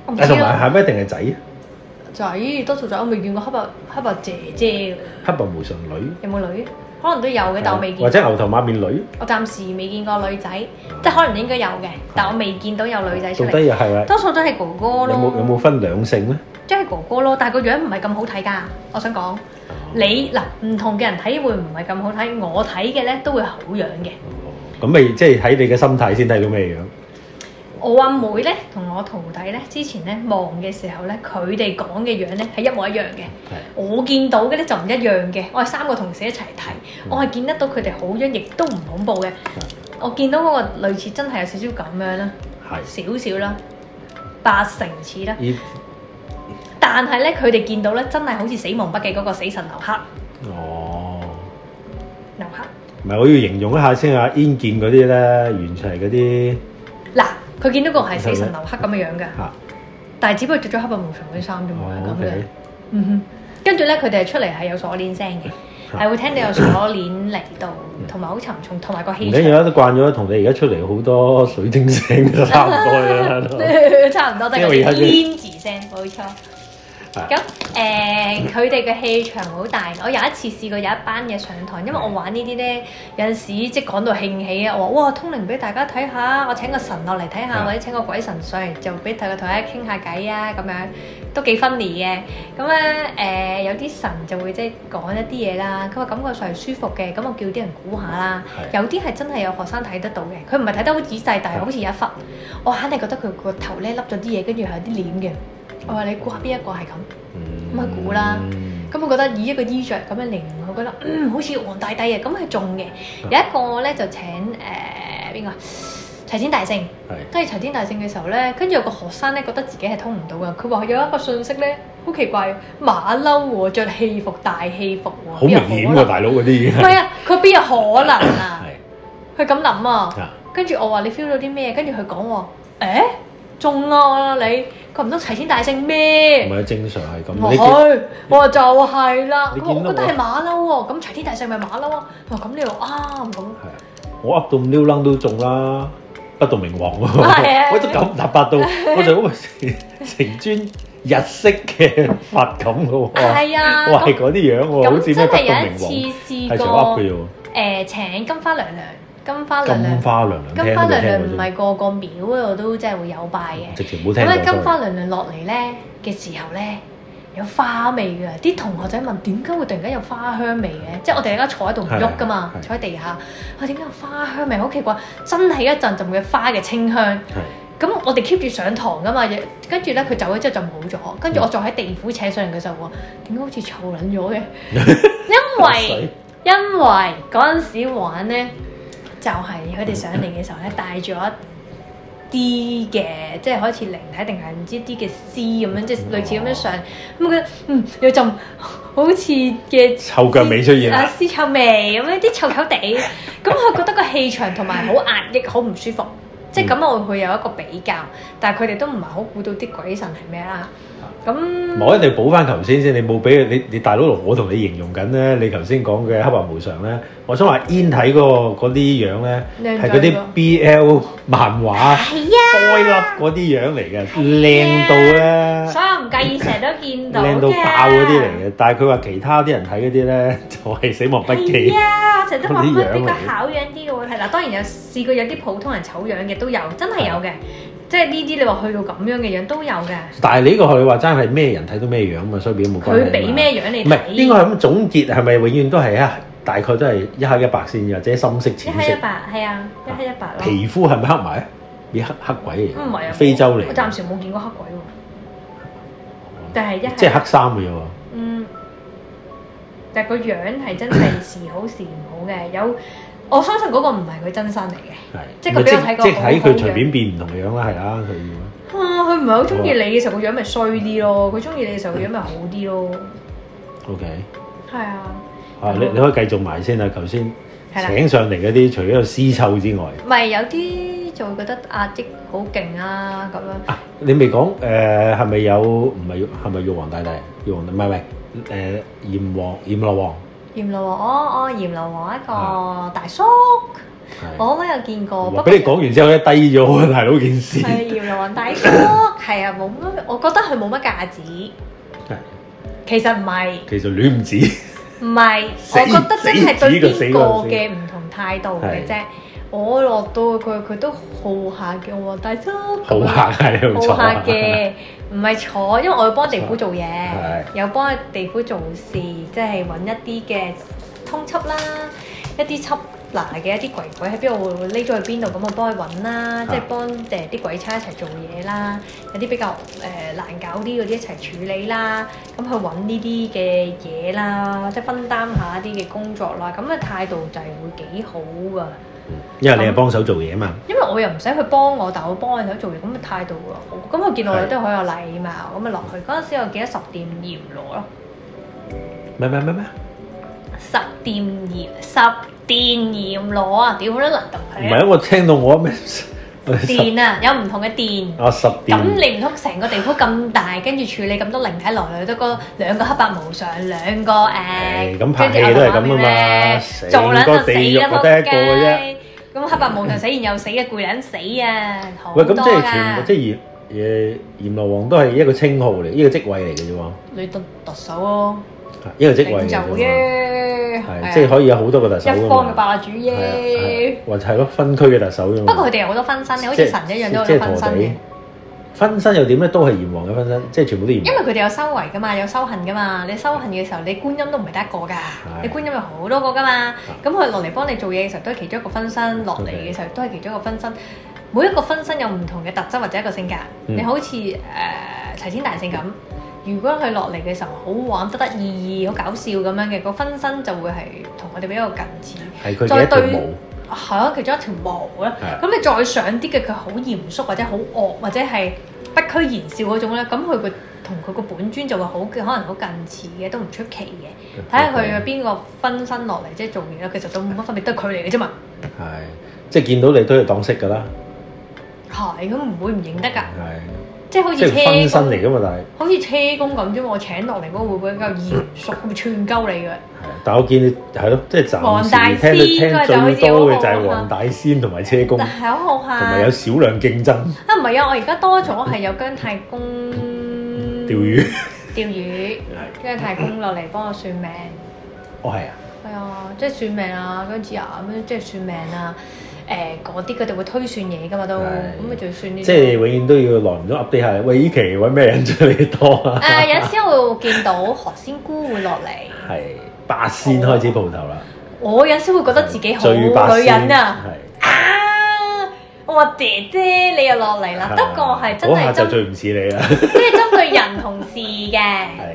A: 我唔
B: 誒
A: 知
B: 同埋
A: 啊，
B: 係咪一定係仔？
A: 仔多數仔我未見過黑白黑白姐姐嘅，
B: 黑白無常女
A: 有冇女？可能都有嘅，但我未見
B: 或者牛頭馬面女，
A: 我暫時未見過女仔，即係可能應該有嘅，但我未見到有女仔出
B: 到底
A: 嚟，
B: 又係啊？
A: 多數都係哥哥
B: 有冇有
A: 咯，
B: 冇分兩性咧？
A: 即係哥哥咯，但係個樣唔係咁好睇㗎。我想講你嗱，唔同嘅人睇會唔係咁好睇，我睇嘅咧都會好樣嘅。
B: 咁咪即係睇你嘅心態先睇到咩樣。
A: 我阿妹咧同我徒弟咧之前咧望嘅時候咧，佢哋講嘅樣咧係一模一樣嘅。我見到嘅咧就唔一樣嘅。我係三個同事一齊睇，
B: 嗯
A: 我係見得到佢哋好樣，亦都唔恐怖嘅。我見到嗰個類似真係有少少咁樣啦，少
B: 係
A: 少啦，八成似啦。
B: 依
A: 但係咧，佢哋見到咧真係好似死亡筆記嗰個死神劉克，
B: 哦，
A: 劉克
B: 唔係我要形容一下先啊。煙見嗰啲咧，完全係嗰啲
A: 嗱，佢見到個係死神劉克咁嘅樣嘅，
B: 嚇。
A: 但係只不過着咗黑白無常嘅衫啫嘛，係
B: 哦
A: 咁樣。
B: ，OK，
A: 嗯哼，跟住咧，佢哋係出嚟係有鎖鏈聲嘅，係會聽到有鎖鏈嚟到，同埋好沉重，同埋個
B: 唔
A: 氣
B: 緊
A: 場
B: 要啦，都慣咗啦。同你而家出嚟好多水
A: *laughs*
B: 晶聲都差唔多啦。都
A: 差唔多，但
B: 因為
A: 係
B: 而家啲
A: 黏字聲，冇錯。
B: 係
A: 咁誒，佢哋嘅氣場好大。我有一次試過有一班嘅上堂，因為我玩呢啲咧，有陣時即係講到興起啊，我話哇通靈俾大家睇下，我請個神落嚟睇下，
B: 係
A: 或者請個鬼神上嚟，就俾大家同大家傾下偈啊，咁樣都幾 funny 嘅。咁咧誒，有啲神就會即係講一啲嘢啦，佢話感覺上係舒服嘅，咁我叫啲人估下啦。
B: 係
A: 有啲係真係有學生睇得到嘅，佢唔係睇得好仔細，但係好似有一忽，我肯定覺得佢個頭咧凹咗啲嘢，跟住係有啲臉嘅。我話你估下邊一個係咁？
B: 嗯
A: 咁啊估啦咁我覺得以一個衣着咁樣形容，我覺得嗯好似黃大帝啊，咁係中嘅。有一個咧就請誒邊個啊齊天大聖，
B: 係
A: 跟住齊天大聖嘅時候咧，跟住有個學生咧覺得自己係通唔到㗎，佢話有一個信息咧好奇怪，馬騮喎，着戲服大戲服喎，
B: 好明
A: 邊有
B: 顯
A: 可能
B: 喎，大佬嗰啲已經
A: 唔係啊，佢邊有可能啊？
B: 係
A: 佢咁諗啊。
B: 啊，
A: 跟住我話你 feel 到啲咩？跟住佢講我誒中啊你，佢唔通齊天大聖
B: 唔
A: 咩？
B: 係正常係咁。
A: 我
B: 你見
A: 去，我話就係啦。
B: 你
A: 佢話
B: 見
A: 我
B: 到
A: 覺得係馬騮喎，咁齊天大聖咪馬騮啊？我話咁你又啱咁。
B: 係啊，我噏到咁溜楞都中啦，不動明王
A: 係啊
B: 喎，我都咁搭八到，我就喂成尊日式嘅髮咁嘅喎，
A: 係啊，
B: *laughs* 哇係
A: 咁
B: 嗰啲樣喎，好
A: 咁
B: 似
A: 真
B: 咩不
A: 係
B: 動
A: 有一
B: 明
A: 次
B: 王，係
A: 試
B: 長噏
A: 過
B: 嘅
A: 誒
B: 啫
A: 請金花娘娘，金花
B: 喎，
A: 娘娘
B: 金，花娘娘
A: 金
B: 聽
A: 花
B: 都
A: 娘
B: 未
A: 娘
B: 聽
A: 唔
B: 過
A: 係個個廟嗰度都真係會有拜嘅
B: 啫，。直情冇聽
A: 咁
B: 過
A: 咧，金花
B: 真
A: 娘娘落嚟咧嘅時候咧，有花味嘅。啲同學仔問點解會突然間有花香味嘅？即係我哋而家坐喺度唔喐噶嘛，
B: 係係
A: 坐喺地下，我點解有花香味？好奇怪，真係一陣陣嘅花嘅清香。
B: 係
A: 咁我哋 keep 住上堂噶嘛，跟住咧佢走咗之後就冇咗。跟住
B: 嗯
A: 我再喺地府扯上嚟嘅時候話，點解好似臭撚
B: *laughs*
A: 咗嘅？因為
B: 水
A: 因為嗰陣時玩咧，就係佢哋上嚟嘅時候咧，帶咗一啲嘅，即係好似靈體定係唔知啲嘅絲咁樣，即係類似咁樣上。咁佢嗯有陣好似嘅
B: 臭腳味出現啦
A: 啊絲臭味咁樣，啲臭臭地。咁佢覺得個氣場同埋好壓抑，好唔舒服。
B: 嗯
A: 即係咁我會有一個比較，但係佢哋都唔係好估到啲鬼神係咩啦。咁
B: 唔係我一定要補翻頭先先，你冇俾你你大佬我同你形容緊咧，你頭先講嘅黑白無常咧，我想話煙睇嗰個嗰啲樣咧，
A: 靚仔
B: 係嗰啲
A: 喎
B: BL 漫畫。
A: 係啊。
B: 開粒嗰啲樣嚟嘅，靚到咧，
A: 所以我唔介意成日都見啊到
B: 靚到爆嗰啲嚟嘅。但係佢話其他啲人睇嗰啲咧， *laughs* 就係死亡筆記
A: 係，啊，成日都話
B: 嗰啲樣
A: 乜比較
B: 嚟
A: 考樣啲嘅喎，係啦。當然有試過有啲普通人醜樣嘅都有，真係有
B: 啊
A: 嘅。即係呢啲你話去到咁樣嘅樣都有嘅。
B: 但係呢個佢話真係咩人睇到咩樣啊嘛，所以變咗冇關係啊嘛
A: 佢俾？咩樣你
B: 唔係
A: 睇？
B: 應該係咁總結，係咪永遠都係啊？大概都係一黑一白先，或者深色、
A: 一
B: 淺
A: 黑一
B: 色。
A: 白係啊，一黑一白咯。
B: 皮膚係咪黑埋？咦，黑黑鬼嚟
A: 唔係啊，
B: 嘅，非洲嚟
A: 我
B: 嘅，
A: 暫時冇見過黑鬼喎，但係一
B: 即係
A: 係
B: 黑衫嘅啫喎。
A: 嗯，但係個樣係真係時好時唔好嘅。有我相信嗰個唔係佢真身嚟嘅。
B: 係
A: 即係佢俾我睇過
B: 即係睇
A: 好
B: 佢
A: 好
B: 隨
A: 樣
B: 便變唔同嘅樣啦，係啦，佢要。
A: 啊！佢唔係好中意你嘅時候，個樣咪衰啲咯；佢中意你嘅時候，個樣咪好啲咯。
B: O K。
A: 係啊，
B: 啊！你你可以繼續埋先啊！頭先
A: 係啦
B: 請上嚟嗰啲，除咗有屍臭之外，
A: 咪有啲就會覺得壓抑好勁啊咁樣。
B: 啊，你未講誒係咪有唔係玉係咪玉皇大帝？玉皇唔係唔係誒閻王閻羅王
A: 閻羅王，哦哦，閻羅王一個
B: 啊
A: 大叔，
B: 係。
A: 我都有見哦過。
B: 哇俾你講完之後咧，低咗啊，大佬件事
A: 係閻羅王
B: *laughs*
A: 大叔，係啊，冇乜，我覺得佢冇乜架子。
B: 係
A: 其實唔係， *laughs*
B: 其實亂唔止，
A: 唔係，
B: 死
A: 我覺得真係對
B: 死
A: 邊
B: 死
A: 個
B: 過死過
A: 嘅唔同態度嘅啫。我落到佢，佢都好下嘅喎，大叔
B: 好
A: 咁樣
B: 客喺度
A: 好
B: 坐啊
A: 下嘅，唔係坐，因為我要幫地府做嘢
B: 係，
A: 有幫地府做事，即係揾一啲嘅通緝啦，一啲緝拿嘅一啲鬼鬼喺邊度會匿咗去邊度，咁我幫佢揾啦，即係幫誒啲鬼差一齊做嘢啦，有啲比較誒、呃、難搞啲嗰啲一齊處理啦，咁去揾呢啲嘅嘢啦，即係分擔下一啲嘅工作啦，咁嘅態度就係會幾好㗎，
B: 因為你係幫手做嘢嘛，
A: 因為我又唔使佢幫我，但我幫佢手做嘢，咁嘅態度喎好，咁佢見到我
B: 係
A: 都好有禮貌，咁啊落去嗰陣時我記得十點鹽攞咯，
B: 咩咩咩咩，
A: 十點鹽十電鹽攞啊，屌好多難讀
B: 唔係啊！我聽到我咩十 *laughs*
A: 電啊，有唔同嘅電。
B: 我十
A: 咁
B: 點
A: 你唔通成個地方咁大，跟住處理咁多靈體來去，得個兩個黑白無常，兩個誒，
B: 唉咁拍戲都係咁啊嘛
A: 跟住我
B: 成
A: 就話咩做撚到
B: 個地
A: 死
B: 獄
A: 啦
B: 就得一個嘅啫
A: 仆街咁黑白無常死完又死嘅，攰撚死啊，好
B: 喂
A: 多
B: 咁即係全
A: 㗎
B: 部。即係閻誒呃閻羅王都係一個稱號嚟，一個職位嚟嘅啫喎，
A: 你特特首咯，
B: 一個職位
A: 領
B: 嚟
A: 袖
B: 嘅啫喎。
A: 啫，係啊
B: 係，即係可以有好多個特首㗎
A: 一
B: 嘛
A: 方嘅霸主
B: 係啊
A: 啫
B: 係啊。或者係咯，分區嘅特首啫嘛。
A: 不過佢哋有好多分身嘅，好似神一樣都有好多
B: 即係
A: 分身
B: 陀
A: 嘅
B: 地，分身又點咧？都係閻王嘅分身，即係全部都閻
A: 因為
B: 王。
A: 佢哋有修為噶嘛，有修行噶嘛。你修行嘅時候，你觀音都唔係得一個㗎，你觀音有好多個㗎嘛。咁佢落嚟幫你做嘢嘅時候，都係其中一個分身；落嚟嘅時候，都係其中一個分身。每一個分身有唔同嘅特質或者一個性格。
B: 嗯
A: 你好似誒、呃、齊天大聖咁，如果佢落嚟嘅時候好玩得得意意、好搞笑咁樣嘅，個分身就會係同我哋比較近似。
B: 係佢嘅
A: 再
B: 一條
A: 對
B: 毛。
A: 係啊，其中一條毛啦。
B: 係啊
A: 咁你再上啲嘅，佢好嚴肅或者好惡或者係不拘言笑嗰種咧，咁佢個同佢個本尊就會好可能好近似嘅，都唔出奇嘅。睇下佢有邊個分身落嚟即係做嘢啦，其實都冇乜分別，都係佢嚟嘅啫嘛。
B: 係，即係見到你都係當識㗎啦。
A: 係，佢唔會唔認得㗎，
B: 係，
A: 即係好
B: 即
A: 似
B: 係分
A: 車
B: 身
A: 工，
B: 嚟㗎嘛，但係。
A: 好似車工咁啫嘛。我請落嚟嗰個會唔會比較嚴肅，會串鳩你嘅？
B: 係但我見你係咯，即係暫
A: 黃大仙
B: 時聽到
A: 嗰個就好
B: 聽
A: 似
B: 最多嘅
A: 好
B: 就係
A: 好啊
B: 黃大仙同埋車公，
A: 但
B: 同
A: 係好好下。
B: 埋有少量競爭
A: 啊，唔係啊，我而家多咗係有姜太公釣
B: 釣魚。 *laughs*
A: 釣魚。跟住太公落嚟幫我算命，
B: 哦係啊，
A: 係啊，即係算命啊，跟住啊咁樣即係算命啊，誒嗰啲佢哋會推算嘢噶嘛都，
B: 係
A: 咁咪就算呢啲。
B: 即係永遠都要耐唔中 update 下，喂依期揾咩人出嚟
A: *laughs*
B: 多啊？
A: 誒、有陣時我會見到何仙姑會落嚟，
B: 係八仙開始鋪頭啦，
A: 我有陣時會覺得啊自己好
B: 最八
A: 女
B: 仙
A: 人啊！
B: 係。
A: 啊，我話姐姐你又落嚟啦，不過係真
B: 嗰下
A: 係
B: 就
A: 針，
B: 最唔似你啦，
A: *laughs* 即係針對人同事嘅，
B: 係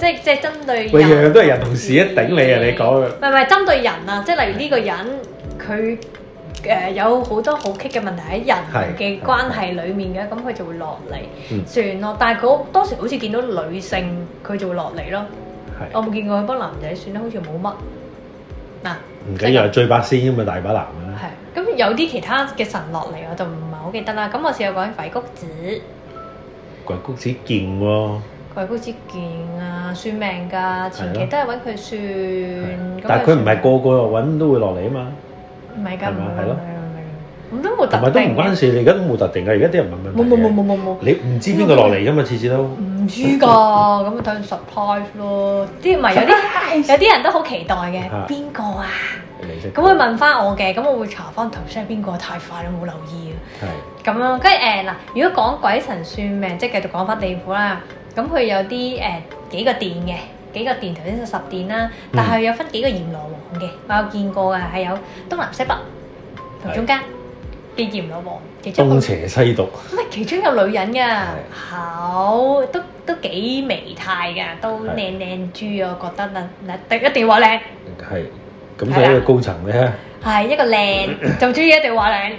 A: 即係即係針對
B: 喂樣
A: 人。
B: 樣都係人同事一頂你啊！你講
A: 唔係唔係針對人啊，即係例如呢個人佢誒、呃有好多好棘嘅問題喺人
B: 係
A: 嘅關係裡面嘅，咁佢就會落嚟
B: 嗯
A: 算咯。但係嗰當時好似見到女性佢就會落嚟咯，
B: 係
A: 我冇見過佢幫男仔算啦，好似冇乜嗱
B: 唔緊要，最八仙咁啊，大把男嘅啦，
A: 係。咁有啲其他嘅神落嚟我就唔係好記得啦。咁我試過講鬼谷子、
B: 鬼谷子勁喎，
A: 鬼谷子健啊、算命㗎，前期
B: 係咯
A: 都係揾佢算。嗯咁
B: 但係佢唔係
A: 算
B: 個個揾都會落嚟啊嘛，
A: 唔係㗎，
B: 係
A: 唔
B: 咪
A: 係
B: 係
A: 㗎
B: 咯
A: 唔係㗎，咁都冇特
B: 同埋都
A: 定
B: 唔
A: 嘅
B: 關事，你而家都冇特定嘅，而家啲人問問題
A: 冇
B: 嘅
A: 冇冇冇冇冇，
B: 你唔知邊個落嚟㗎嘛，次次都
A: 唔知㗎，咁咪睇 surprise 咯。啲唔係有啲有啲人都好期待嘅
B: 啊，
A: 邊個啊？
B: 你識
A: 咁佢問翻我嘅，咁我會查翻頭先係邊個，太快啦冇留意啊。
B: 係
A: 咁咯，跟住誒嗱，如果講鬼神算命，即係繼續講翻地府啦。咁佢有啲誒、幾個殿嘅，幾個殿頭先就十殿啦，但係有分幾個閻羅王嘅，我有見過嘅，係有東南西北同中間嘅閻羅王，其中一個
B: 東邪西毒，
A: 唔係啊其中有女人㗎
B: 係，
A: 好都都幾媚態㗎，都
B: 係
A: 靚靚豬啊，我覺得嗱嗱，一定要話靚，
B: 係咁佢係一個高層咧，
A: 係一個
B: *laughs*
A: 靚就中意一定要話靚，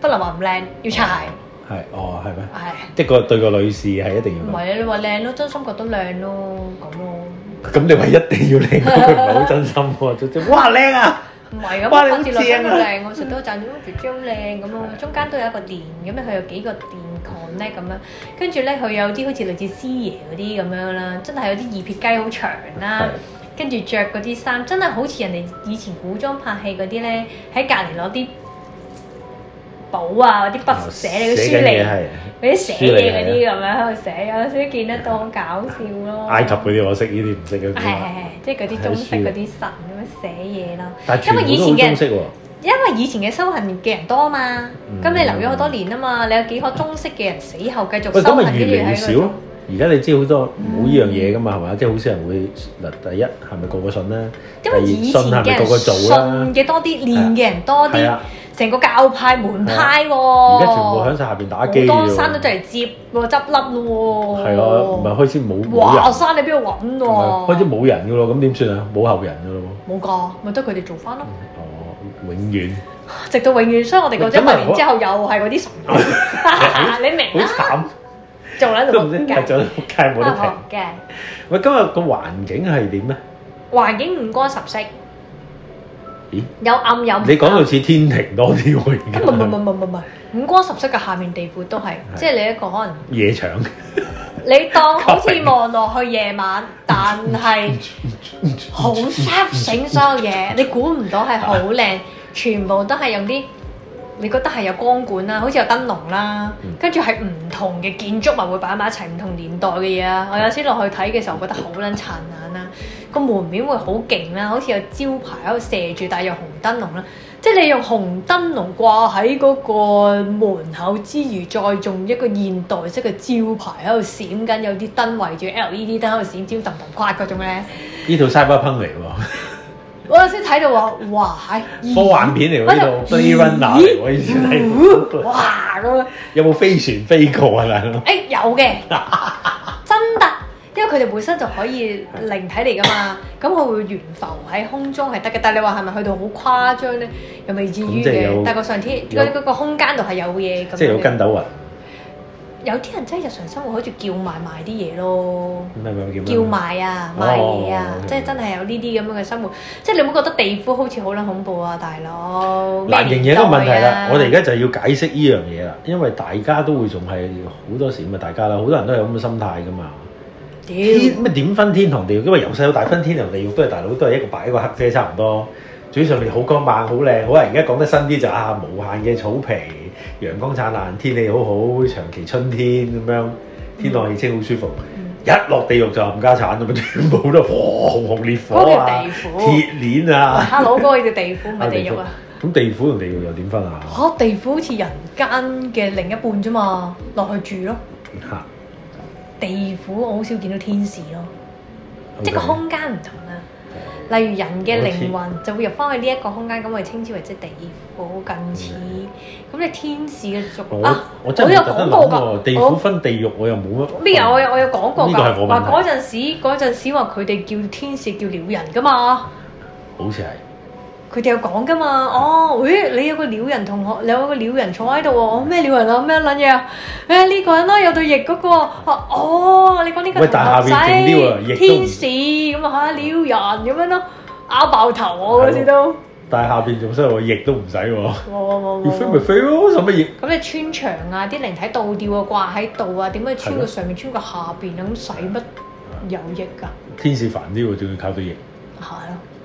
A: 不能話唔靚，要擦鞋，
B: 係哦係咩？
A: 係
B: 的確對個女士係一定
A: 唔
B: 要
A: 係你話靚咯，真心覺得靚咯，咁咯，
B: 咁，咁你話一定要靚，佢唔係好真心喎，總之哇靚啊！
A: 唔係咁，
B: 哇你
A: 我
B: 好
A: 發自內心都
B: 正啊
A: 靚，我成日都讚咗姐姐好靚咁咯，中間都有一個電咁樣，佢有幾個電 connect 咁樣，跟住咧佢有啲好似類似師爺嗰啲咁樣啦，真係有啲二撇雞好長啦
B: 係。
A: 跟住着嗰啲衫，真係好似人哋以前古裝拍戲嗰啲咧，喺隔離攞啲簿啊，嗰啲筆寫你嘅書
B: 哦嘢
A: 嚟，
B: 係
A: 嗰啲寫嘢嗰啲咁樣喺度寫，有時都見得到好搞笑咯。
B: 埃及嗰啲我識，呢啲唔識嗰
A: 哦
B: 啊
A: 係啊
B: 啲
A: 係
B: 啦。
A: 係，即係嗰啲中式嗰啲神咁樣寫嘢啦。
B: 但係全
A: 因為
B: 部
A: 啊以
B: 都
A: 前
B: 好
A: 嘅
B: 中
A: 人
B: 式喎。
A: 因為以前嘅修行嘅人多啊嘛，
B: 嗯
A: 咁你留咗好多年啊嘛，你有幾可中式嘅人死後繼續修
B: 喂，咁
A: 行，
B: 咪
A: 跟
B: 越
A: 住
B: 嚟越
A: 喺
B: 少
A: 嗰
B: 咯
A: 度。。
B: 而家你知好多
A: 嗯
B: 冇呢樣嘢噶嘛，係嘛？即係好少人會嗱，第一係咪個個信啦？第
A: 因
B: 二
A: 為以前
B: 信係
A: 嘅
B: 咪個
A: 人
B: 個做啦
A: 信？嘅多啲，練嘅人多
B: 係
A: 啲
B: 啊，，
A: 成個教派門派喎。
B: 而家全部喺晒下邊打機
A: 好多
B: 喎
A: 山都就嚟接喎，執笠咯喎。
B: 係咯，唔係開始冇冇
A: 哇！
B: 人，
A: 山你邊度揾
B: 係咪開始
A: 喎？
B: 冇人噶咯，咁點算啊？冇後人噶咯喎。
A: 冇㗎，咪得佢哋做翻咯，
B: 哦，永遠
A: 直到永遠。所以我哋過咗一
B: 咁啊
A: 百年之後，又係嗰啲神 *laughs*
B: 好
A: 你明啦，
B: 好
A: 仲喺度
B: 慘，啊都唔知
A: 撲
B: 係
A: 街，
B: 咗仆街冇得停
A: 啊。學嘅。
B: 喂，今日個環境係點咧？
A: 環境五光十色，
B: 咦
A: 有暗有明
B: 你講到似天庭多啲喎，而家
A: 唔唔唔唔唔唔唔，五光十色嘅下面地府都係，
B: 係
A: 即係你一個可能，
B: 夜場，
A: 你當好似望落去夜晚，但係好 sharp 醒所有嘢，你估唔到係好靚，全部都係用啲。你覺得係有光管啦，好似有燈籠啦
B: 嗯，
A: 跟住係唔同嘅建築物會擺埋一齊，唔同年代嘅嘢啊！我有時落去睇嘅時候，覺得好撚燦爛啦，個門面會好勁啦，好似有招牌喺度射住，但係有紅燈籠啦，即係你用紅燈籠掛喺嗰個門口之餘，再用一個現代式嘅招牌喺度閃緊，有啲燈圍住 LED 燈喺度閃尖氹氹框嗰種咧，
B: 呢套 Cyberpunk 嚟喎，
A: 我有時睇到話，哇係
B: 科幻片嚟喎，呢套 Blade Runner 嚟喎，以前係。 *laughs*
A: 哇咁樣。
B: 有冇飛船飛過啊，大佬？
A: 誒有嘅，
B: *laughs*
A: 真㗎，因為佢哋本身就可以靈體嚟㗎嘛，咁佢會懸浮喺空中係得嘅。但係你話係咪去到好誇張咧？又未至於
B: 咁即係有
A: 嘅。但係個上天
B: 有
A: 嗰嗰個空間度係有嘢咁樣嘅。
B: 即係有跟斗雲，啊
A: 有啲人真係日常生活好似叫賣賣啲嘢咯。
B: 咩咩叫咩？
A: 叫賣啊，
B: 嗯哦
A: 賣嘢啊，
B: okay
A: 即係真係有呢啲咁樣嘅生活，即係你會覺得地府好似好撚恐怖啊，大佬。咩
B: 嗱，仍然一個問題
A: 年代
B: 啦
A: 啊，
B: 我哋而家就要解釋呢樣嘢啦，因為大家都會仲係好多時咪大家啦，好多人都有咁嘅心態噶嘛。
A: 屌
B: 天咩點分天堂地獄？因為由細到大分天堂地獄都係大佬都係一個白一個黑啫，差唔多。嘴上面好光猛，好靚，好啊！而家講得新啲就啊，無限嘅草皮，陽光燦爛，天氣好好，長期春天咁樣，天朗氣清，好舒服。
A: 嗯
B: 一落地獄就冚家產咁樣，全部都係哇紅紅烈火
A: 嗰個叫
B: 啊
A: 地，府
B: 鐵鏈啊！
A: ，Hello 哥，你哋地府唔係地獄啊？
B: 咁地府同地獄又點分啊？
A: 嚇、地府好似人間嘅另一半啫嘛，落去住咯。
B: 嚇，
A: 地府我好少見到天使咯，即係個
B: OK
A: 空間唔同啦。例如人嘅靈魂就會入翻去呢一個空間，咁我哋稱之為即係地府近似。咁你天使嘅族
B: 我
A: 啊，
B: 我真係
A: 我
B: 冇
A: 有
B: 特登
A: 講
B: 諗
A: 過
B: 喎，
A: 㗎，
B: 地府分地獄我又冇乜
A: 我咩啊？我有我有講過
B: 呢個係
A: 㗎，
B: 我
A: 話
B: 問題
A: 嗰陣時嗰陣時話佢哋叫天使叫鳥人㗎嘛。
B: 好似係
A: 佢哋有講㗎嘛？哦，喂，你有個鳥人同學，你有個鳥人坐喺度喎。哦，咩鳥人啊？咩撚嘢啊？誒、呢個人啦、有對翼嗰、個啊哦，你講呢個
B: 喂但
A: 同
B: 係下
A: 學
B: 邊
A: 仔
B: 勁啲喎翼都唔
A: 天使咁啊嚇，鳥人咁樣咯，咬爆頭我嗰時都，
B: 但係下邊仲衰喎，翼都唔使
A: 哦
B: 喎，
A: 冇冇
B: 要飛咪
A: 冇。
B: 飛咯，使乜翼？
A: 咁你穿牆啊，啲靈體倒吊啊，掛喺度啊，點解穿
B: 係
A: 個
B: 咯
A: 上面穿個下邊啊？咁使乜有翼㗎？
B: 天使煩啲喎，仲要靠對翼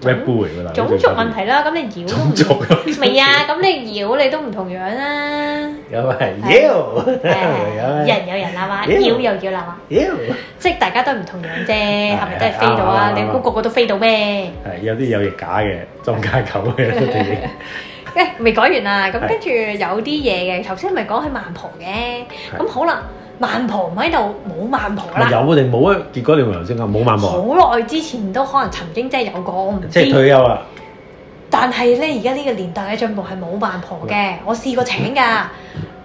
A: 係咯。
B: ，Red Bull 嚟㗎啦，
A: 種族問題啦，咁你妖都唔
B: 種族
A: 同，未啊？咁你妖你都唔同樣啊啦、
B: *laughs* 有係 Yell，
A: 人有人啊嘛，
B: 妖
A: 妖又妖啦嘛，
B: Yell，
A: 即係大家都唔同樣啫，係咪真係飛到
B: 啱
A: 啊
B: 啊？啱啊
A: 你估個個都飛到咩？
B: 係有啲有翼架嘅，裝架狗嘅都
A: *laughs*
B: 地翼，
A: 誒未講完啊，咁
B: 係
A: 跟住有啲嘢嘅，頭先咪講係孟婆嘅，
B: 係
A: 咁好啦，孟婆唔喺度，冇孟婆啦，
B: 咪有定冇啊？結果你咪頭先講冇萬望，
A: 好耐之前都可能曾經真係有過，我唔
B: 即係
A: 知。
B: 退休啊
A: *laughs*
B: 啦，
A: 但係咧，而家呢個年代嘅進步係冇孟婆嘅，我試過請㗎。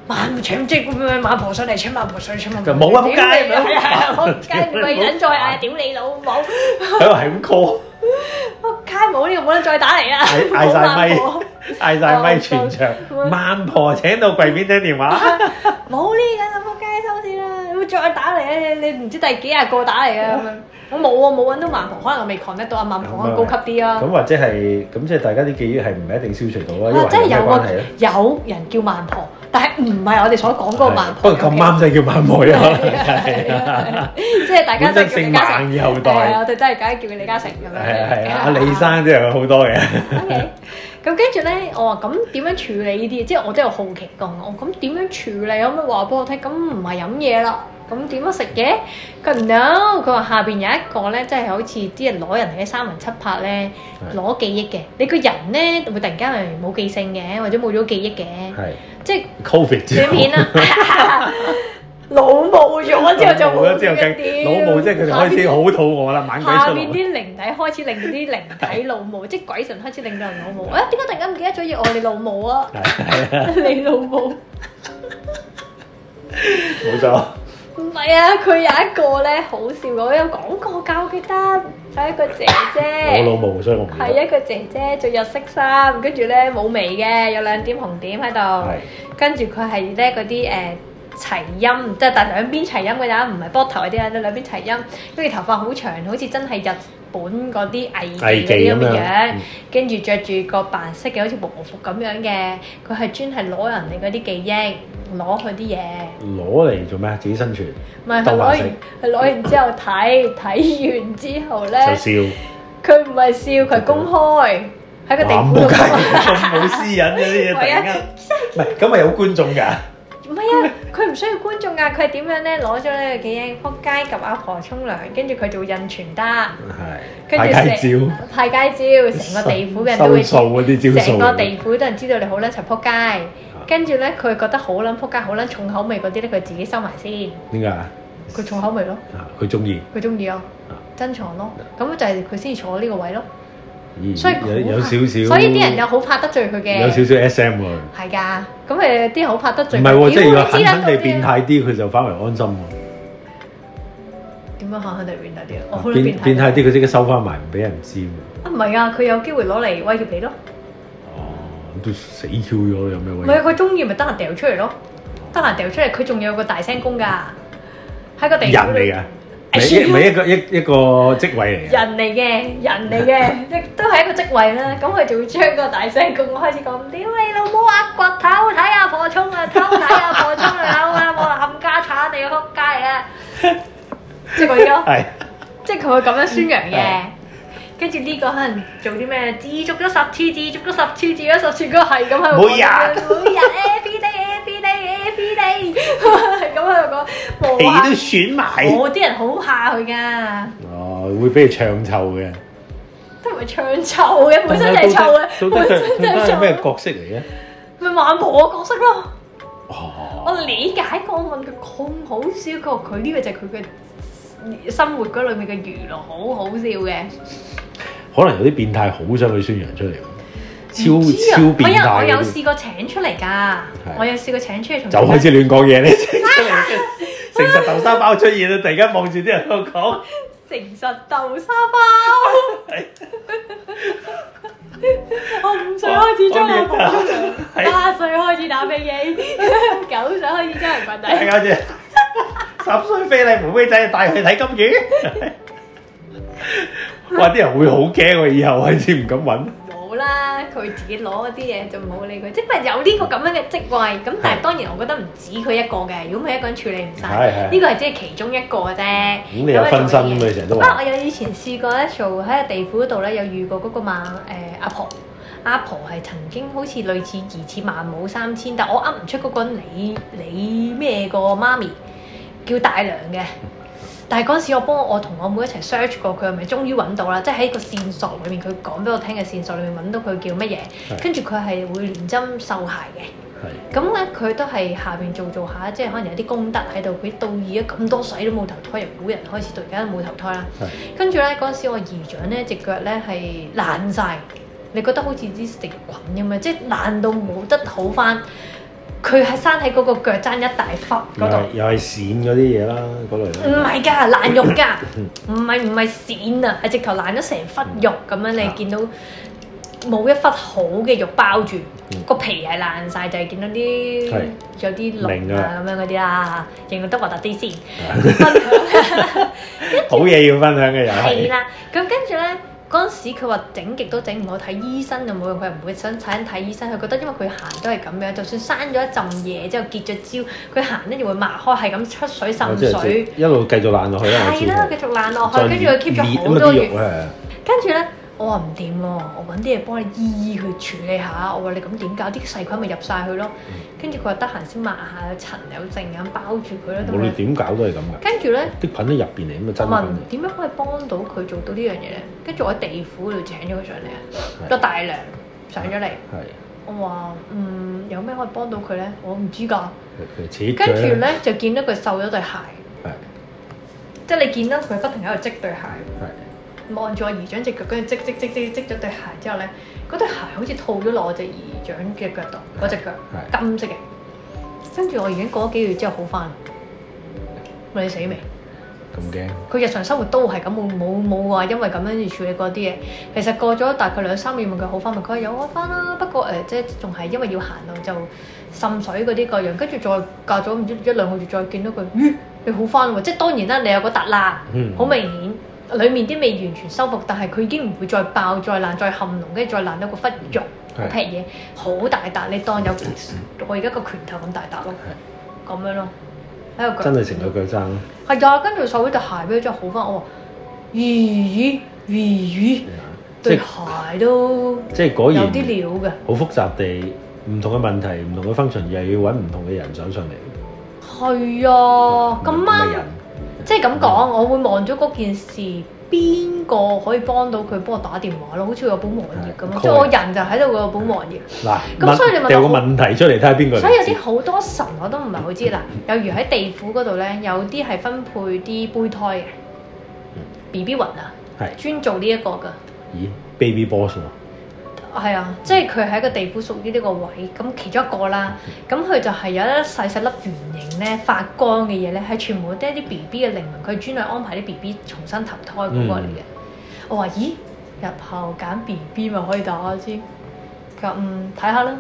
A: 孟請即係孟婆上嚟，請孟婆上嚟，請孟婆上嚟。
B: 冇啊仆街
A: 屌你啊
B: 冇
A: 係啊仆街，
B: 屌你
A: 女人再
B: 冇
A: 嗌，屌你老母！
B: 喺度係咁 call，
A: 仆街冇呢個冇得再打嚟 *laughs* 啦，
B: 嗌嗌晒咪
A: 冇孟婆
B: 嗌
A: 哦
B: 晒咪全場，萬婆請到櫃邊聽
A: *laughs*
B: 電
A: 哦
B: 話，
A: 冇呢個啦，仆街收線啦，會再打嚟咧，你你唔知第幾廿個打嚟啊咁樣。我冇啊，冇揾到孟婆，可能我未 connect 到阿孟婆可能高級啲啊。
B: 咁或者係咁即係大家啲記憶係唔一定消除到啦，因為
A: 啊，真係
B: 有咩
A: 有
B: 關係咧？
A: 個有人叫孟婆，但係唔係我哋所講嗰個孟
B: 不
A: 婆。
B: 過咁啱真係叫孟婆啊，可能係啊
A: 啱，即係大家都
B: 本身
A: 叫李
B: 姓
A: 嘉誠。
B: 孟以後
A: 係啊，
B: 代，
A: 我哋真係梗係叫李嘉誠咁樣。
B: 係啊係啊，阿李生都有好多嘅，
A: OK，咁跟住咧，我話咁點樣處理呢啲嘢？即係我真係好奇講，我咁點樣處理？可唔可以話俾我聽？咁唔係飲嘢啦，咁點樣食嘢？佢話 no，佢話下邊有一個咧，即係好似啲人攞人哋嘅三文七拍咧，
B: 係
A: 攞記憶嘅。你個人咧會突然間係冇記性嘅，或者冇咗記憶嘅，
B: 係
A: 即係
B: Covid 之
A: 斷
B: 後。 *laughs*
A: 片啦。腦冇咗之後就
B: 老母
A: 冇
B: 啦，之後計老母即係佢哋開始好肚餓啦，猛鬼
A: 下
B: 出
A: 面
B: 嚟。
A: 啲靈體開始令到啲靈體老
B: *laughs*
A: 母，即係鬼神開始令到人老母。啊，點解突然間唔記得咗要我你老母
B: *laughs*
A: 啊？
B: 係係啊，
A: 你老母
B: 冇錯，
A: 唔係啊！佢有一個咧好笑嘅，我有講過㗎，我記得係一個姐
B: *laughs* 我老
A: 姐，
B: 母，所以我唔記得
A: 係一個姐姐着日式衫，跟住咧冇眉嘅，有兩點紅點喺度，
B: 係
A: 跟住佢係咧嗰啲誒。齊音即係但係兩邊齊音嗰啲唔係波頭嗰啲啊，兩邊齊音，跟住頭髮好長，好似真係日本嗰啲藝妓
B: 藝
A: 嗰啲
B: 妓咁
A: 咁嘅樣
B: 樣。。
A: 跟住着住個白色嘅好似和服咁樣嘅，佢係專係攞人哋嗰啲記憶，攞佢啲嘢，
B: 攞嚟做咩？自己生存
A: 唔係佢
B: 鬥
A: 攞
B: 顏
A: 完
B: 色
A: 佢攞完之後睇，睇完之後咧，
B: 就笑，
A: 佢唔係笑，佢係公開喺個地
B: 哇
A: 盤
B: 冇
A: 度
B: 計，
A: 公開。
B: 咁冇私隱嘅啲嘢，突然間唔係咁咪有觀眾㗎，
A: 唔係啊，佢唔需要觀眾啊，佢係點樣咧？攞咗呢個記憶，撲街及阿婆沖涼，跟住佢就會印傳單，
B: 係
A: 跟住
B: 派街
A: 成
B: 招，
A: 派街招，成個地府嘅人都會
B: 收數嗰啲招數，
A: 成個地府都人知道你好撚柒撲街，跟住咧佢覺得好撚撲街、好撚重口味嗰啲咧，佢自己收埋先。
B: 點解啊？
A: 佢重口味咯，
B: 啊佢中意，
A: 佢中意啊
B: 啊，
A: 珍藏咯，咁就係佢先至坐呢個位咯。
B: 咦
A: 所以好
B: 有有
A: 怕
B: 少少，
A: 所以啲人又好怕得罪佢
B: 有少
A: 嘅，
B: 少 SM 喎。
A: 係㗎。咁誒啲人好怕得
B: 唔
A: 罪佢。
B: 係喎，即係
A: 屌
B: 要
A: 你
B: 狠
A: 知啦
B: 狠地變
A: 嗰啲
B: 態啲，佢就反為安心喎。
A: 點樣狠狠地變態啲啊？我好撚
B: 變
A: 變態。
B: 變態啲，佢即刻收翻埋，唔俾人知喎。
A: 啊，唔係啊，佢有機會攞嚟威脅你咯。
B: 哦，都死 Q 咗，有咩
A: 唔
B: 威？
A: 係佢中意咪得閒掉出嚟咯，得閒掉出嚟，佢仲有個大聲公㗎，喺個地
B: 人
A: 府
B: 嚟㗎，唔係一唔係一個一一個職位嚟㗎。
A: 人嚟嘅，人嚟 *laughs* 嘅，即都係一個職位啦。咁佢就會將個大聲公開始講：屌你老母啊！掘頭睇阿婆衝啊，偷睇阿婆衝啊，偷阿婆冚家產你個撲街 *laughs* 啊！即係嗰啲咯，
B: 係
A: 即係佢會咁樣宣揚嘅。跟住呢個可能做啲咩？自足咗十次，自足咗十次，自咗十次，佢係咁喺度講
B: 每日
A: 每日 every day every day every day *laughs* 係咁喺度講，
B: 皮
A: 無啊
B: 都！損埋。
A: 我啲人好怕佢㗎。
B: 哦，會俾佢唱臭嘅。
A: 都唔係唱臭嘅，本身就係臭嘅，
B: 到
A: 本
B: 底
A: 身就
B: 到
A: 係
B: 底
A: 臭
B: 係咩
A: 嘅。
B: 角色嚟嘅？
A: 咪孟婆嘅角色咯，
B: 哦，
A: 我理解過，我問佢咁好笑，佢話佢呢個就係佢嘅生活嗰裏面嘅娛樂，好好笑嘅。
B: 可能有啲變態好想去宣揚出嚟
A: 唔
B: 喎，
A: 知
B: 超
A: 啊
B: 超變
A: 我有我
B: 態
A: 有
B: 嗰啲。
A: 試過請出嚟㗎，我有試過請出嚟從
B: 就開始亂講嘢， *laughs* 你真係誠實豆沙包出現啊啦！突然間望住啲人喺度講，
A: 誠實豆沙包，我五歲開始裝人
B: 我
A: 群，
B: 面係
A: 八歲開始打飛機， *laughs* 九歲開始裝人棍
B: 大
A: 底。
B: *laughs* 家啫。十歲非禮妹妹仔帶佢睇金魚， *laughs* 哇！啲人會好驚喎，以後開始唔敢揾。
A: 冇啦，佢自己攞嗰啲嘢就冇理佢，即係有呢個咁樣嘅職位。咁但係當然，我覺得唔止佢一個嘅，如果唔係一個人處理唔
B: 係
A: 晒，
B: 係
A: 呢個係只係其中一個嘅啫。
B: 咁你有分身咁你成日
A: 不
B: 都
A: 過
B: 話
A: 啊我有以前試過咧，做喺個地府度咧，有遇過嗰個孟誒阿婆，阿婆係曾經好似類似疑似孟母三遷，但我呃噏唔出嗰個人你你咩個媽咪叫大娘嘅。但係嗰陣時，我幫我同我妹一齊 search 過佢係咪，終於揾到啦，即係喺個線索裏面，佢講俾我聽嘅線索裏面揾到佢叫乜嘢，
B: 係
A: 跟住佢係會連針受鞋嘅。
B: 係
A: 咁咧佢都係下邊做做下，即係可能有啲功德喺度。佢到而家咁多水都冇投胎，由古人開始到而家都冇投胎啦
B: 係。
A: 跟住咧嗰陣時，我姨丈咧隻腳咧係爛晒，你覺得好似啲食菌咁樣，即係爛到冇得好翻。佢係生喺嗰個腳踭一大忽
B: 又
A: 嗰度。
B: 係又係閃嗰啲嘢啦，嗰類
A: 唔
B: 啦。
A: 係㗎，爛肉
B: 啊
A: 㗎，唔係唔係閃啊，係直頭爛咗成忽肉咁樣，你見到冇一忽好嘅肉包住
B: 嗯，
A: 個皮係爛晒，就係見到啲
B: 係
A: 有啲
B: 明
A: 鱗
B: 㗎
A: 啊咁樣嗰啲啦，形容得核突啲
B: *laughs*
A: 先。
B: 嗯
A: 分享
B: 好嘢要分享嘅又
A: 係
B: 係，
A: 啦，咁跟住咧。嗰陣時佢話整極都整唔好，睇醫生就冇用，佢唔會想請睇醫生。佢覺得因為佢行都係咁樣，就算生咗一陣嘢之後結咗焦，佢行咧就會擘開，係咁出水
B: 我
A: 滲
B: 知我
A: 水
B: 知，一路繼續爛落去啦，哦我知
A: 係啦，繼續爛落去，跟住佢 keep 咗好
B: 咁啊
A: 多
B: 啲
A: 月
B: 肉。啊，
A: 跟住咧，我話唔掂咯，我揾啲嘢幫你醫醫佢處理下。我話你咁點搞？啲細菌咪入晒去
B: 嗯
A: 咯。跟住佢話得閒先抹下塵有剩咁包住佢咯。咁
B: 我哋
A: 樣
B: 點搞都係咁㗎，
A: 跟住咧，
B: 啲菌喺入邊嚟
A: 我
B: 咁啊
A: 問點樣可以幫到佢做到呢樣嘢咧？跟住我喺地府嗰度請咗佢上嚟啊，
B: 係
A: 個大娘上咗嚟。
B: 真菌
A: 我話嗯，有咩可以幫到佢咧？我唔知㗎。
B: 嚟，係佢佢扯
A: 跟住
B: 佢啦，
A: 咧就見到佢瘦咗對鞋，
B: 係
A: 即係你見到佢不停喺度織對鞋。
B: 係。
A: 望住我姨丈只腳，跟住積積積積積咗對鞋之後咧，嗰對鞋好似套咗落我只姨丈嘅腳度，嗰只腳
B: 係
A: 金色嘅。跟住我已經過咗幾個月之後好翻，問你死未？
B: 咁驚，
A: 佢日常生活都係咁，冇冇冇話因為咁樣而處理過啲嘢。其實過咗大概兩三個月問佢好翻，咪佢話有啊翻啦，不過誒、即係仲係因為要行路就滲水嗰啲個樣，跟住再隔咗唔知一兩個月再見到佢，咦你好翻喎！即係當然啦，你有個突啦。
B: 嗯，
A: 好明顯，裡面啲未完全修復，但係佢已經唔會再爆、再爛、再冚籠，跟住再爛到個忽肉嗰
B: 係，
A: 劈嘢，好大笪。你當有我而家個拳頭咁大笪咯，咁樣咯，喺個腳
B: 真係成個腳踭咯，
A: 係啊，跟住手嗰對鞋俾佢真係好翻。我話咦咦咦，
B: 即
A: 對
B: 係
A: 鞋都
B: 即係果
A: 有
B: 然
A: 啲料嘅，
B: 好複雜地，唔同嘅問題，唔同嘅 function，又要揾唔同嘅人上上嚟，
A: 係啊，咁
B: 哦唔同嘅
A: 啱
B: 人。，嗯
A: 即係咁講，我會望咗嗰件事。邊個可以幫到佢幫我打電話咯？好似有本黃頁咁啊
B: 係
A: 咯，即係我人就喺度個本黃頁。
B: 嗱，
A: 咁
B: 問
A: 所以你問我
B: 掉個問題出嚟睇下邊個嚟，
A: 所以有啲好多神我都唔係好知啦。有如喺地府嗰度咧，有啲係分配啲胚胎嘅
B: 嗯
A: B B 雲啊，
B: 係
A: 專做呢一個噶。
B: 咦，baby boss 喎，
A: 係啊，即係佢喺個地府屬於呢個位，咁其中一個啦。咁佢就係有一粒細細粒圓形咧發光嘅嘢咧，係全部都係啲 B B 嘅靈魂，佢專係安排啲 B B 重新投胎嗰個嚟嘅。我話咦，日後揀 B B 咪可以打先。佢話嗯睇下啦。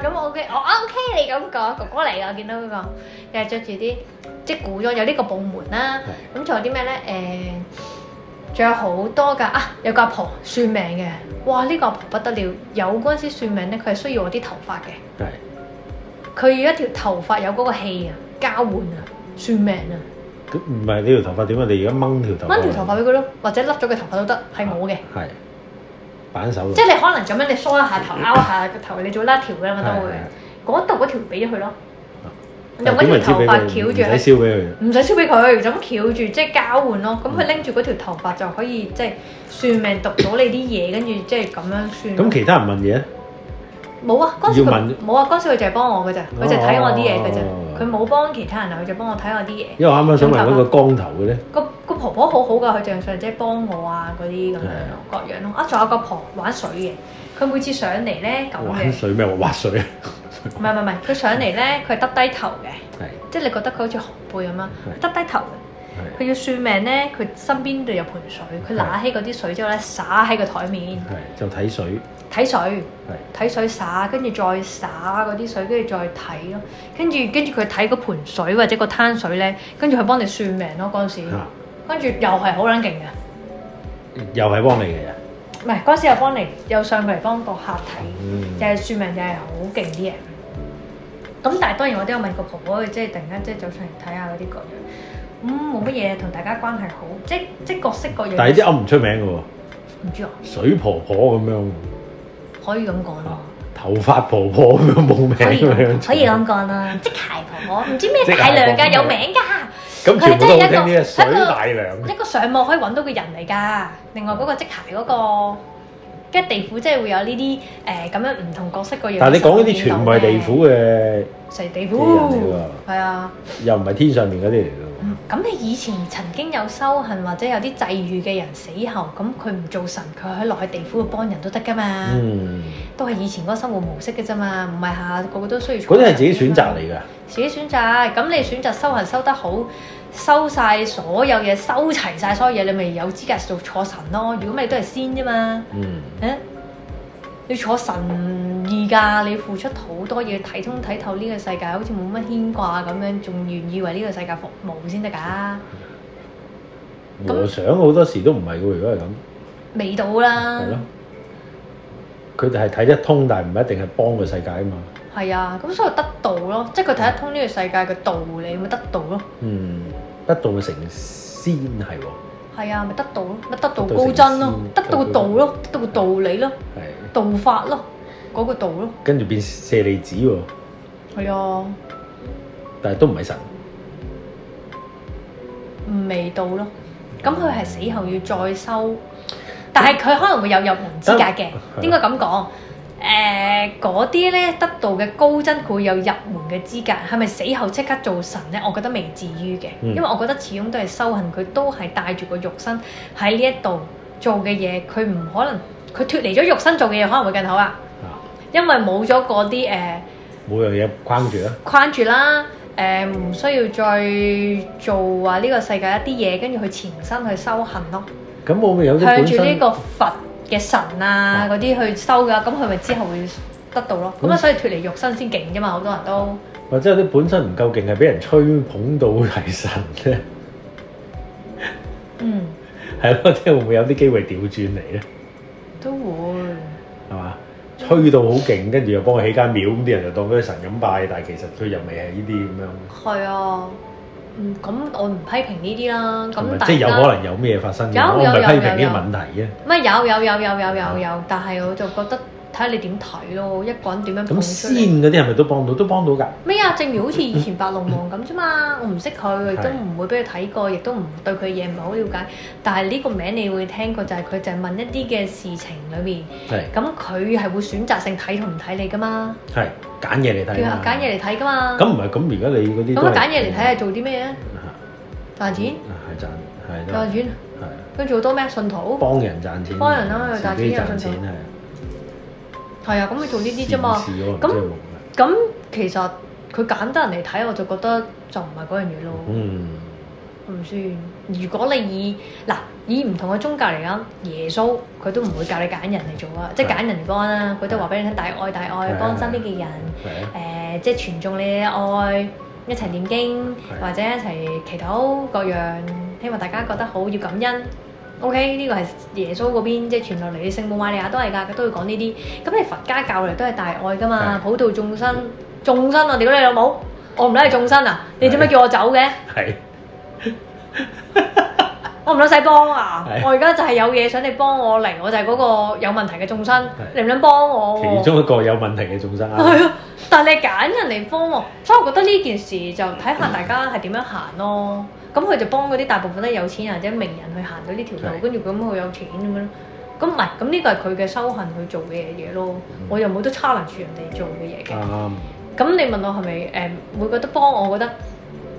A: 咁 OK，我哦 OK 你咁講，哥哥嚟㗎，我見到佢個又係着住啲即係古裝有呢個部門啦。咁仲有啲咩咧？誒、仲有好多㗎啊！有個阿婆算命嘅，哇！呢、個阿婆不得了，有嗰陣時算命咧，佢係需要我啲頭髮嘅，
B: 係
A: 佢要一條頭髮有嗰個氣啊，交換啊，算命啊，
B: 咁唔係你條頭髮點啊？你而家掹條頭髮，
A: 掹條頭髮俾佢咯，或者甩咗佢頭髮都得，係我嘅。
B: 係板手
A: 即係你可能咁樣，你梳一下頭，拗一下個頭，你做甩條嘅嘛都會。嗰度嗰條俾咗佢咯，
B: 啊
A: 用
B: 用
A: 嗰條頭髮翹住
B: 唔
A: 喺
B: 使燒俾佢，
A: 唔使燒俾佢，就咁翹住，即係交換
B: 嗯
A: 咯。咁佢拎住嗰條頭髮就可以即係算命讀到你啲嘢，跟住即係咁樣算。
B: 咁其他人問嘢呢
A: 冇啊，嗰時
B: 要
A: 佢
B: 問
A: 冇啊，嗰時佢就係幫我嘅咋，佢就睇我啲嘢嘅咋
B: 哦，
A: 佢冇幫其他人啊，佢就幫我睇我啲嘢。
B: 因為我啱啱想問
A: 啊
B: 嗰個光頭嘅咧，
A: 個個婆婆好好㗎，佢就上即係幫我啊嗰啲咁樣咯，各樣咯。啊，仲有個婆玩水嘅，佢每次上嚟咧咁
B: 玩
A: 嘅，
B: 水咩？
A: *laughs*
B: 滑水啊，
A: 唔係唔係唔係，佢上嚟咧佢係耷低頭嘅，
B: 係
A: 即係你覺得佢好似寒背咁啊，
B: 係
A: 耷低頭嘅。
B: 係
A: 佢要算命咧，佢身邊度有盆水，佢揦起嗰啲水之後咧，灑喺個台面
B: 係就睇水
A: 睇水。
B: 係。
A: 睇水灑，跟住再灑嗰啲水，跟住再睇咯。跟住跟住佢睇嗰盆水或者個攤水咧，跟住佢幫你算命咯嗰陣時。
B: 啊
A: 跟住又係好撚勁嘅，
B: 又係幫你嘅人，
A: 唔係嗰陣時又幫你，又上佢嚟幫個客睇，
B: 嗯
A: 又係算命，又係好勁啲嘢。咁但係當然我都有問過婆婆，佢即係突然間即係走上嚟睇下嗰啲各樣，嗯冇乜嘢，同大家關係好，即即各式各樣。
B: 但係啲噏唔出名嘅喎，
A: 唔知啊，
B: 水婆婆咁樣，
A: 可以咁講咯
B: *laughs* 啊。頭髮婆婆咁樣冇名
A: 可以
B: 咁樣，
A: 可以咁講啦，即鞋婆婆唔知咩
B: 即鞋
A: 大娘㗎，
B: 婆婆
A: 有名㗎。
B: 咁全部都好聽啲啊！水
A: 係真係一個
B: 大娘，
A: 一個上網可以揾到嘅人嚟㗎。另外嗰個即鞋嗰、個，跟住地府即係會有呢啲誒咁樣唔同角色個樣。
B: 但係你講嗰啲全部係地府嘅，
A: 成地
B: 嘅人
A: 府
B: 嚟㗎
A: 係啊。
B: 又唔係天上面嗰啲嚟嘅
A: 嗯咁你以前曾經有修行或者有啲際遇嘅人死後，咁佢唔做神，佢可以落去地府度幫人都得㗎嘛。
B: 嗯，
A: 都係以前嗰個生活模式嘅啫嘛，唔係下下個個都需要。
B: 嗰啲係自己選擇嚟㗎，
A: 自己選擇，咁你選擇修行修得好，收晒所有嘢，收齊晒所有嘢，你咪有資格做坐神咯。如果咪都係仙啫嘛，
B: 嗯，
A: 誒、你坐神唔易㗎，你付出好多嘢，睇通睇透呢個世界，好似冇乜牽掛咁樣，仲願意為呢個世界服務先得㗎，咁
B: 和尚好多時都唔係喎，如果係咁，
A: 未到啦
B: 係。咯。啊佢哋係睇得通，但係唔一定係幫個世界啊嘛。
A: 係啊，咁所以得道咯，即係佢睇得通呢個世界嘅道理，咪得道咯。
B: 嗯，得道成仙係喎，
A: 係啊，咪得道咯，咪得道
B: 得道
A: 高真咯，
B: 成仙
A: 得到道咯，得到道理咯，
B: 係
A: 道法咯，嗰、個道咯。
B: 跟住變舍利子喎，
A: 係啊，
B: 但係都唔係神。
A: 未到咯。咁佢係死後要再修，但係佢可能會有入門資格嘅
B: 得，
A: 應該咁講。誒嗰啲咧得道嘅高真，佢會有入門嘅資格，係咪死後即刻做神咧？我覺得未至於嘅，
B: 嗯
A: 因為我覺得始終都係修行，佢都係帶住個肉身喺呢一度做嘅嘢，佢唔可能佢脱離咗肉身做嘅嘢，可能會更好啊，
B: 啊，
A: 因為冇咗嗰啲誒。呃
B: 每樣嘢框住啦。
A: 框住啦，誒、唔需要再做話呢個世界一啲嘢，跟住去前身去修行咯，
B: 咁我咪有啲
A: 向
B: 本
A: 住呢
B: 身
A: 個佛嘅神啊嗰啲去修噶，咁佢咪之後會得到咯。咁啊，
B: 嗯
A: 所以脱離肉身先勁啫嘛，好多人都
B: 或者有啲本身唔夠勁，係俾人吹捧到係神咧，
A: 嗯
B: *laughs* 係咯，即係會唔會有啲機會調轉嚟咧？
A: 都會
B: 係嘛？吹到好勁，跟住又幫佢起間廟，咁啲人就當佢係神咁拜，但係其實佢又未係呢啲咁樣。
A: 係啊。嗯，咁我唔批評呢啲啦。
B: 同
A: 咁
B: 埋
A: 但
B: 即係有
A: 啦
B: 可能有咩發生嘅，
A: 有
B: 我唔
A: 有
B: 係批
A: 有有
B: 評呢個問題啫。
A: 唔係有有有有有有有，但係我就覺得睇下你點睇咯，一個人點樣捧
B: 咁
A: 出
B: 仙
A: 嚟。
B: 嗰啲係咪都幫到？都幫到㗎。
A: 咩啊？正如好似以前白龍王咁啫嘛，我唔識佢，亦都唔會俾佢睇過，亦都唔對佢嘢唔係好了解。但係呢個名你會聽過，就係佢就係問一啲嘅事情裏面，
B: 係
A: 咁佢係會選擇性睇同唔睇你噶嘛，
B: 係揀嘢嚟
A: 叫
B: 睇
A: 佢
B: 啊嘛。
A: 揀嘢嚟睇噶嘛。
B: 咁唔係咁，而家你嗰啲
A: 咁
B: 都
A: 佢
B: 係嗯
A: 揀嘢嚟睇係做啲咩啊？賺錢，
B: 係賺係
A: 賺錢，
B: 係
A: 跟住好多咩啊信徒，
B: 幫人賺錢，
A: 幫人啦又賺錢
B: 自己
A: 又
B: 賺
A: 信
B: 錢
A: 徒
B: 係
A: 係啊，咁佢做呢啲啫
B: 善
A: 嘛。
B: 事喎
A: 咁
B: 真係冇㗎
A: 咁其實佢揀得人嚟睇，我就覺得就唔係嗰樣嘢咯。
B: 嗯
A: 唔算。如果你以嗱以唔同嘅宗教嚟講，耶穌佢都唔會教你揀人嚟做啊，即係揀人幫啦。佢都話俾你聽大愛大愛，
B: 係
A: 幫身邊嘅人，
B: 係啊
A: 誒、即係傳頌你嘅愛，一齊念經
B: 係
A: 或者一齊祈禱各樣，希望大家覺得好要感恩。O.K. 呢個係耶穌嗰邊即係傳落嚟，聖母瑪利亞都係㗎，佢都會講呢啲。咁你佛家教嚟都係大愛㗎嘛，
B: 係
A: 普度眾生，眾生啊，屌你老母，我唔理係眾生啊，你做咩叫我走嘅？
B: 係
A: 我唔撚使幫啊！
B: 係
A: 我而家就係有嘢想你幫我嚟，我就係嗰個有問題嘅眾生，你
B: 係
A: 唔撚幫我喎？
B: 其中一個有問題嘅眾生啊。
A: 哦 *laughs* 係啊，但係你揀人嚟幫我，所以我覺得呢件事就睇下大家係點樣行咯。咁佢就幫嗰啲大部分都係有錢人或者名人去行到呢條路，
B: 係
A: 跟住咁佢有錢咁樣咯。咁唔係，咁呢個係佢嘅修行去做嘅嘢咯。
B: 嗯
A: 我又冇得 challenge 人哋做嘅嘢嘅。
B: 啱，
A: 咁你問我係咪誒會覺得幫我？我覺得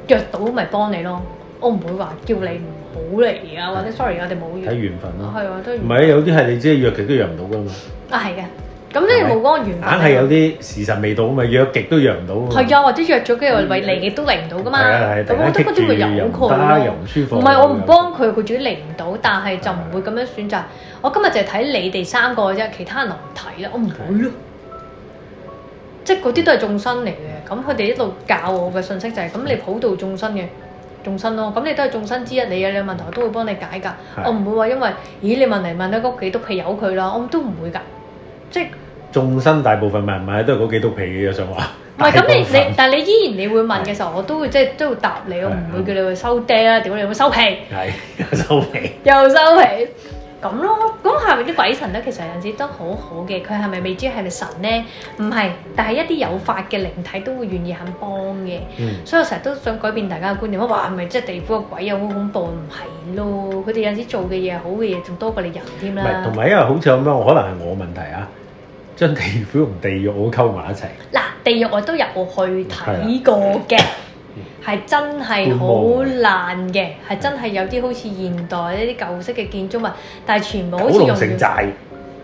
A: 約到咪幫你咯，我唔會話叫你唔好嚟啊，或者 sorry，我哋冇
B: 睇
A: 緣。
B: 緣分咯。
A: 係啊，都
B: 唔
A: 緣
B: 係啊，有啲係你即係約極都約唔到㗎嘛，
A: 啊係嘅。咁即係冇嗰個緣分
B: 硬
A: 啊。
B: 係有啲時辰未到啊嘛，約極都約唔到啊嘛。
A: 係啊，或者約咗嘅又嚟嚟，亦都嚟唔到噶嘛。
B: 係啊係，
A: 咁
B: 突
A: 我覺
B: 然間
A: 得嗰啲咪
B: 棘住
A: 由
B: 又
A: 佢
B: 唔得，又
A: 咯。
B: 唔舒服。
A: 唔係我唔幫佢，佢自己嚟唔到，但係就唔會咁樣選擇。我今日就係睇你哋三個啫，其他人我唔睇啦，我唔會咯。即係嗰啲都係眾生嚟嘅，咁佢哋一路教我嘅信息就係、咁你普度眾生嘅眾生咯，咁你都係眾生之一嚟嘅，你有問題我都會幫你解㗎。我唔會話因為，咦你問嚟問去屋企都屁由佢啦，我都唔會㗎。即係
B: 眾生大部分咪唔係都係嗰幾督皮嘅，我想話。
A: 唔係咁你
B: 大部
A: 你，但係你依然你會問嘅時候，我都會即係都會答你，我唔會叫你去收爹啦，屌你會收皮
B: *laughs* 分係有收皮，
A: 又收皮咁咯。咁下面啲鬼神咧，其實有陣時都好好嘅，佢係咪未知係咪神咧？唔係，但係一啲有法嘅靈體都會願意肯幫嘅。
B: 嗯，
A: 所以我成日都想改變大家嘅觀念，哇！係咪即係地府個鬼又好恐怖？唔係咯，佢哋有陣時做嘅嘢好嘅嘢仲多過你人添
B: 唔係
A: 啦
B: 同。埋因為好似咁樣，我可能係我問題啊，將地府同地獄好溝埋一齊，
A: 嗱，地獄我都入去
B: 啊
A: 睇過嘅，
B: 嗯
A: 係真係好爛嘅，係真係有啲好似現代一啲舊式嘅建築物，但係全部好似
B: 九
A: 用
B: 龍
A: 完，
B: 城寨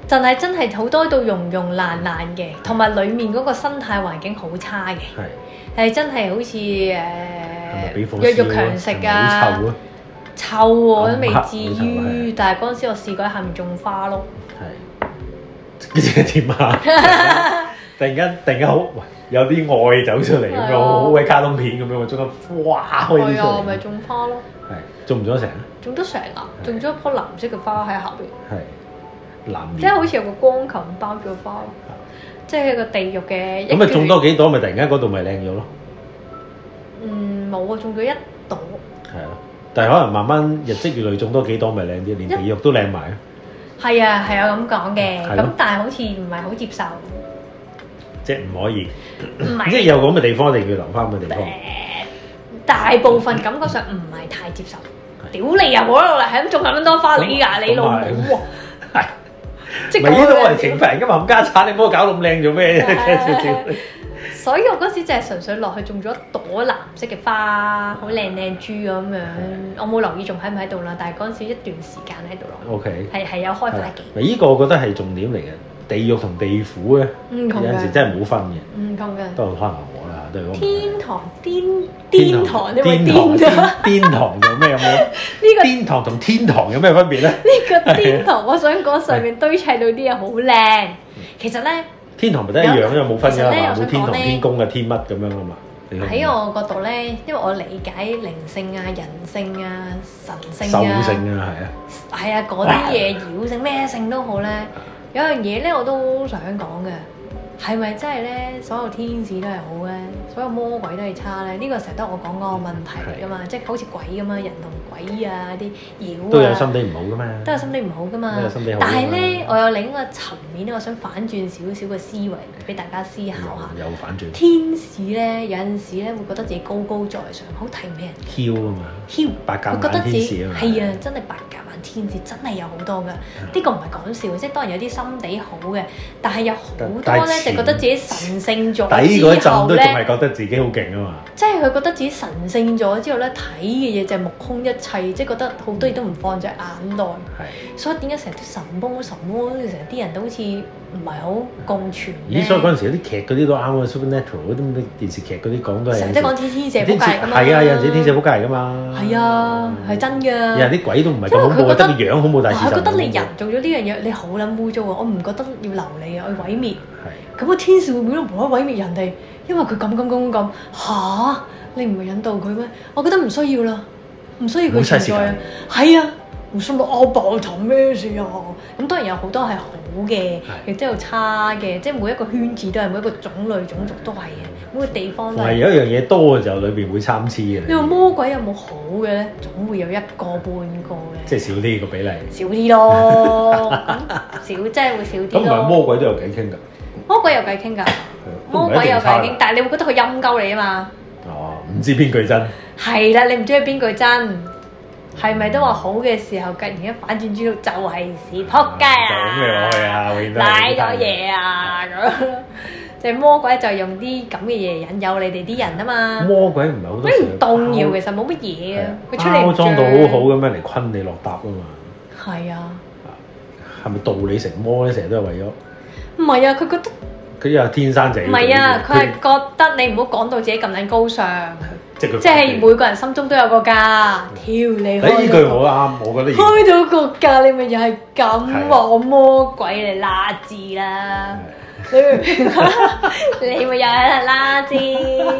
A: 就係真係好多到融融爛爛嘅，同埋裡面嗰個生態環境好差嘅，
B: 係
A: 係真係好似誒、
B: 咪俾火啊
A: 弱
B: 燒
A: 肉強食
B: 好
A: 啊
B: 臭，咯，
A: 臭我都未至
B: 黑會臭
A: 於，但係嗰陣時我試過喺下面種花咯。
B: 係跟住點啊？突然間突然間好，喂有啲愛走出嚟咁
A: 係
B: 樣，
A: 啊
B: 好鬼卡通片咁樣，我中間哇開啲
A: 係
B: 出
A: 啊，咪
B: 嚟，
A: 種花咯，
B: 係中唔咗成啊？
A: 種得成啊，種咗一棵藍色嘅花喺下邊，
B: 係藍
A: 即係好
B: 面，
A: 似有個光球咁包住個花咯，即係一個地獄嘅一
B: 咁咪種
A: 橛
B: 多幾朵，咪突然間嗰度咪靚咗咯，
A: 嗯，冇啊，種咗一朵，
B: 係啊！但係可能慢慢日積月累，種多幾朵咪靚啲，連地獄都靚埋啊！
A: 係啊，係啊咁講嘅，
B: 係咯
A: 咁但係好似唔係好接受，
B: 即係唔可以，
A: 唔
B: 即係
A: 係
B: 有咁嘅地方，一定要留翻咁嘅地方。
A: 誒大部分感覺上唔係太接受。屌你又冇啦，係咁種咁多花，你呀你老母喎，
B: 係。
A: 即
B: 咪呢
A: 嗰
B: 度
A: 個
B: 我係請人噶嘛，冚家產，你幫我搞咁靚做咩啫？ *laughs*
A: 所以我嗰時就係純粹落去種咗一朵藍色嘅花，好靚靚珠咁樣。我冇留意仲喺唔喺度啦，但係嗰陣時一段時間喺度咯，
B: O K，
A: 係係有開
B: 係
A: 發
B: 啦
A: 嘅，
B: 咪呢個我覺得係重點嚟嘅。地獄同地府咧，
A: 唔
B: 有
A: 同
B: 陣時
A: 嘅，
B: 真係冇分嘅，
A: 唔同嘅。
B: 都係可能我啦，都係嗰個
A: 天堂癲癲堂，你咪
B: 天
A: 癲
B: 堂
A: 咗？呢
B: 天堂有咩有冇？
A: 個
B: *laughs* 天堂同天堂有咩分別咧？
A: 呢個癲堂，我想講上面堆砌到啲嘢好靚。其實咧
B: 天堂咪都一樣，因為冇分
A: 其
B: 㗎
A: 實咧
B: 嘛，
A: 我
B: 冇
A: 想
B: 天堂、
A: 講咧
B: 天公啊、天乜咁樣啊嘛。你明唔明
A: 喺我角度咧，因為我理解靈性啊、人性啊、神性
B: 獸
A: 啊。
B: 性啊，係啊，
A: 係啊，嗰啲嘢妖性咩性都好咧，有樣嘢咧我都想講嘅，係咪真係咧所有天使都係好咧，所有魔鬼都係差咧？呢、個成日都係我講嗰個問題嚟噶嘛，即係好似鬼咁啊，人同鬼啊啲妖啊，
B: 都有心地唔好㗎嘛
A: 都。有心理唔好噶嘛
B: 都有心理。好㗎
A: 但
B: 嘛
A: 係咧，我有另一個層面咧，我想反轉少少嘅思維俾大家思考下。
B: 又又反轉，
A: 天使咧有陣時咧會覺得自己高高在上，好睇唔起人。
B: 嬌啊嘛，
A: 囂，
B: 白鴿
A: 佢覺得
B: 眼
A: 自
B: 天
A: 己
B: 使啊嘛
A: 係啊，真係白鴿眼天使，真係有好多噶。呢個唔係講笑，即係當然有啲心地好嘅，但係有好
B: 但
A: 多
B: 係
A: 咧
B: 前
A: 就覺得自己神聖
B: 抵嗰
A: 咗之
B: 陣
A: 後
B: 都仲係
A: 咧，
B: 覺得自己好勁啊嘛。
A: 即係佢覺得自己神聖咗之後咧，睇嘅嘢就係目空一切，即係覺得好多嘢都唔放在眼內。
B: 係，
A: 所以點解成日都神魔神魔，成日啲人都好似唔係好共存咧
B: 咦？所以嗰陣時有啲劇嗰啲都啱啊，Supernatural 嗰啲咁嘅電視劇嗰啲講都係
A: 成日都講天使姐仆街㗎嘛，
B: 係啊，有陣時天使仆街嚟噶嘛。
A: 係啊，係真
B: 有
A: 㗎。
B: 陣啲鬼都唔係咁恐怖，得個樣恐怖，但係
A: 我
B: 事實
A: 覺得
B: 冇
A: 你人做咗呢樣嘢，你好撚污糟啊！我唔覺得要留你啊，我要毀滅。
B: 係
A: 咁個天使會唔會都無啦啦毀滅人哋？因為佢咁咁咁咁吓，你唔係引導佢咩？我覺得唔需要啦，唔需要佢
B: 冇嘥
A: 存
B: 時
A: 在啊
B: 間。。
A: 係啊，唔信我我爆頭咩事啊？咁當然有好多係好嘅，
B: 係
A: 亦都有差嘅，即係每一個圈子都係，每一個種類種族都係嘅，每個地方
B: 同
A: 都
B: 埋
A: 係。
B: 有一樣嘢多嘅就裏邊會參差嘅。
A: 你話魔鬼有冇好嘅咧？總會有一個半個嘅。
B: 即係少啲個比例。
A: 少啲
B: *laughs*
A: 咯，咁少真係會少
B: 咁
A: 啲
B: 唔係
A: 咯。
B: 魔鬼都有偈傾㗎，
A: 魔鬼有偈傾
B: *laughs*
A: 㗎，魔鬼有偈傾，但係你會覺得佢陰鳩你啊嘛。
B: 哦，唔知邊句真。
A: 係啦，你唔知佢邊句真，係咪都話好嘅時候，突然間反轉豬肉就係屎撲街
B: 咁你落去
A: 啊！
B: 啊，永遠都
A: 賴咗嘢啊咁， *laughs* 就係魔鬼就用啲咁嘅嘢引誘你哋啲人啊嘛。
B: 魔鬼唔係好多
A: 佢
B: 時
A: 唔動搖，其實冇乜嘢啊，佢出嚟
B: 包裝到好好
A: 好
B: 咁樣嚟昆你落搭啊嘛。
A: 好。係啊，
B: 係咪道理成魔咧？成日都係為咗
A: 唔係啊，佢覺得。
B: 佢又係天生仔。
A: 唔係啊，佢係覺得你唔好講到自己咁撚高尚，
B: 即係佢
A: 即係每個人心中都有個價。挑你開
B: 誒呢
A: 到
B: 句我啱，我覺得
A: 開到個價，你咪又係咁
B: 係
A: 話我魔鬼嚟拉字啦。你明唔明啊 *laughs* 你咪又喺度拉字，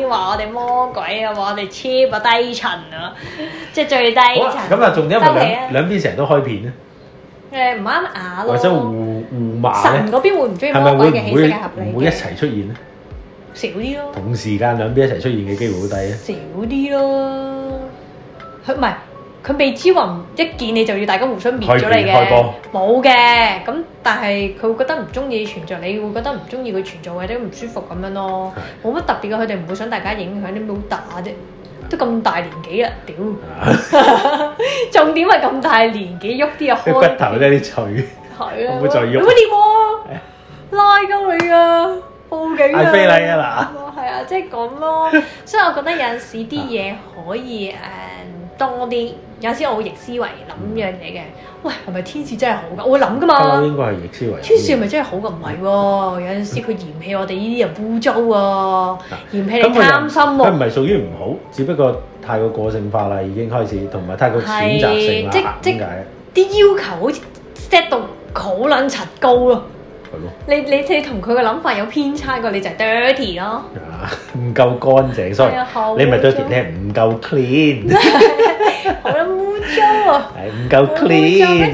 A: 話我哋魔鬼啊，話我哋 cheap 啊，低層啊，即係最低
B: 好啦，咁
A: 層。
B: 啊，重點係咪
A: 收皮啊
B: 兩兩邊成日都開片咧，
A: 誒唔啱牙
B: 或者
A: 咯。
B: 互互罵
A: 神
B: 咧，
A: 嗰邊會唔中意
B: 係咪
A: 魔
B: 會
A: 鬼嘅
B: 唔
A: 氣息
B: 會
A: 係合
B: 唔
A: 理
B: 會一
A: 嘅，
B: 齊出現咧？
A: 少啲咯。
B: 同時間兩邊一齊出現嘅機會好低咧。
A: 少啲咯。佢唔係佢未知雲一見你就要大家互相滅咗你
B: 開開
A: 嘅
B: 波，
A: 冇嘅。咁但係佢會覺得唔中意你存在，你會覺得唔中意佢存在或者唔舒服咁樣咯。冇乜特別嘅，佢哋唔會想大家影響，你冇打啫。都咁大年紀啦，屌！ *laughs* 重點係咁大年紀，喐啲又
B: *laughs* 啲
A: 開
B: 骨頭咧，啲脆，
A: 係啦，
B: 會唔會再喐
A: 你會點喎？拉鳩你啊！報警啊！
B: 嗌非禮啊
A: 嗱，係
B: *laughs*
A: 啊，即係咁咯。所以我覺得有陣時啲嘢可以誒、多啲，有陣時我會逆思維諗樣嘢嘅。喂，係咪天使真係好㗎？我會諗㗎
B: 不嬲
A: 嘛。
B: 應該係逆思維。
A: 天使係咪真係好㗎？唔係喎，有陣時佢嫌棄我哋呢啲人污糟喎，嫌棄你貪心
B: 佢唔
A: 喎。
B: 係屬於唔好，只不過太過個性化啦，已經開始，同埋太過選擇性
A: 係
B: 啦。
A: 即
B: 點解？
A: 啲要求好似 set 到好撚柒高咯。
B: 係咯，
A: 你你你同佢嘅諗法有偏差過，你就係 dirty
B: *laughs*
A: 咯。
B: 啊唔夠乾淨，sorry，
A: 係啊好
B: 你咪
A: 污
B: d i
A: 糟
B: r 唔夠 clean，
A: 好撚污糟啊！
B: 係唔夠
A: 跟住
B: clean。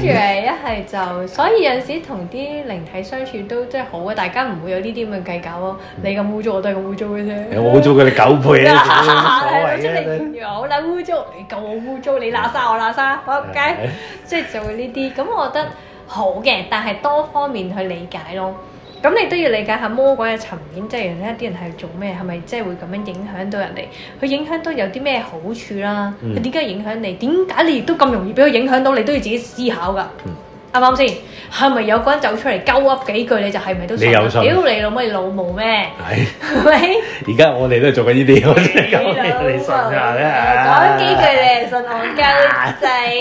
A: 誒 一係就，所以有陣時同啲靈體相處都真係好啊嘅，大家唔會有呢啲咁嘅計較咯。
B: 嗯
A: 你咁污糟，我都係咁污糟嘅啫。
B: 我 *laughs* 好做佢
A: *laughs*
B: 哋九倍啦，冇
A: 啊！
B: 所
A: 真
B: 謂嘅。
A: 係好撚污糟，你夠我污糟，你喇沙我喇沙，仆街！即係就會呢啲，咁我覺得好嘅，但係多方面去理解咯。咁你都要理解下魔鬼嘅層面，即係原來一啲人係做咩，係咪即係會咁樣影響到人哋？佢影響到有啲咩好處啦？
B: 嗯
A: 佢點解影響你？點解你亦都咁容易俾佢影響到？你都要自己思考㗎
B: 嗯。
A: 啱唔啱先？係咪有個人走出嚟鳩噏幾句，你就係咪都信
B: 你
A: 啊？
B: 有信
A: 屌你老母，你老母咩？
B: 係，
A: 係咪？
B: 而家我哋都係做
A: *laughs*
B: 緊呢啲，我真 *laughs*
A: 啊
B: 係講你信下啦。
A: 講幾句
B: *laughs*
A: 你係信我鳩仔，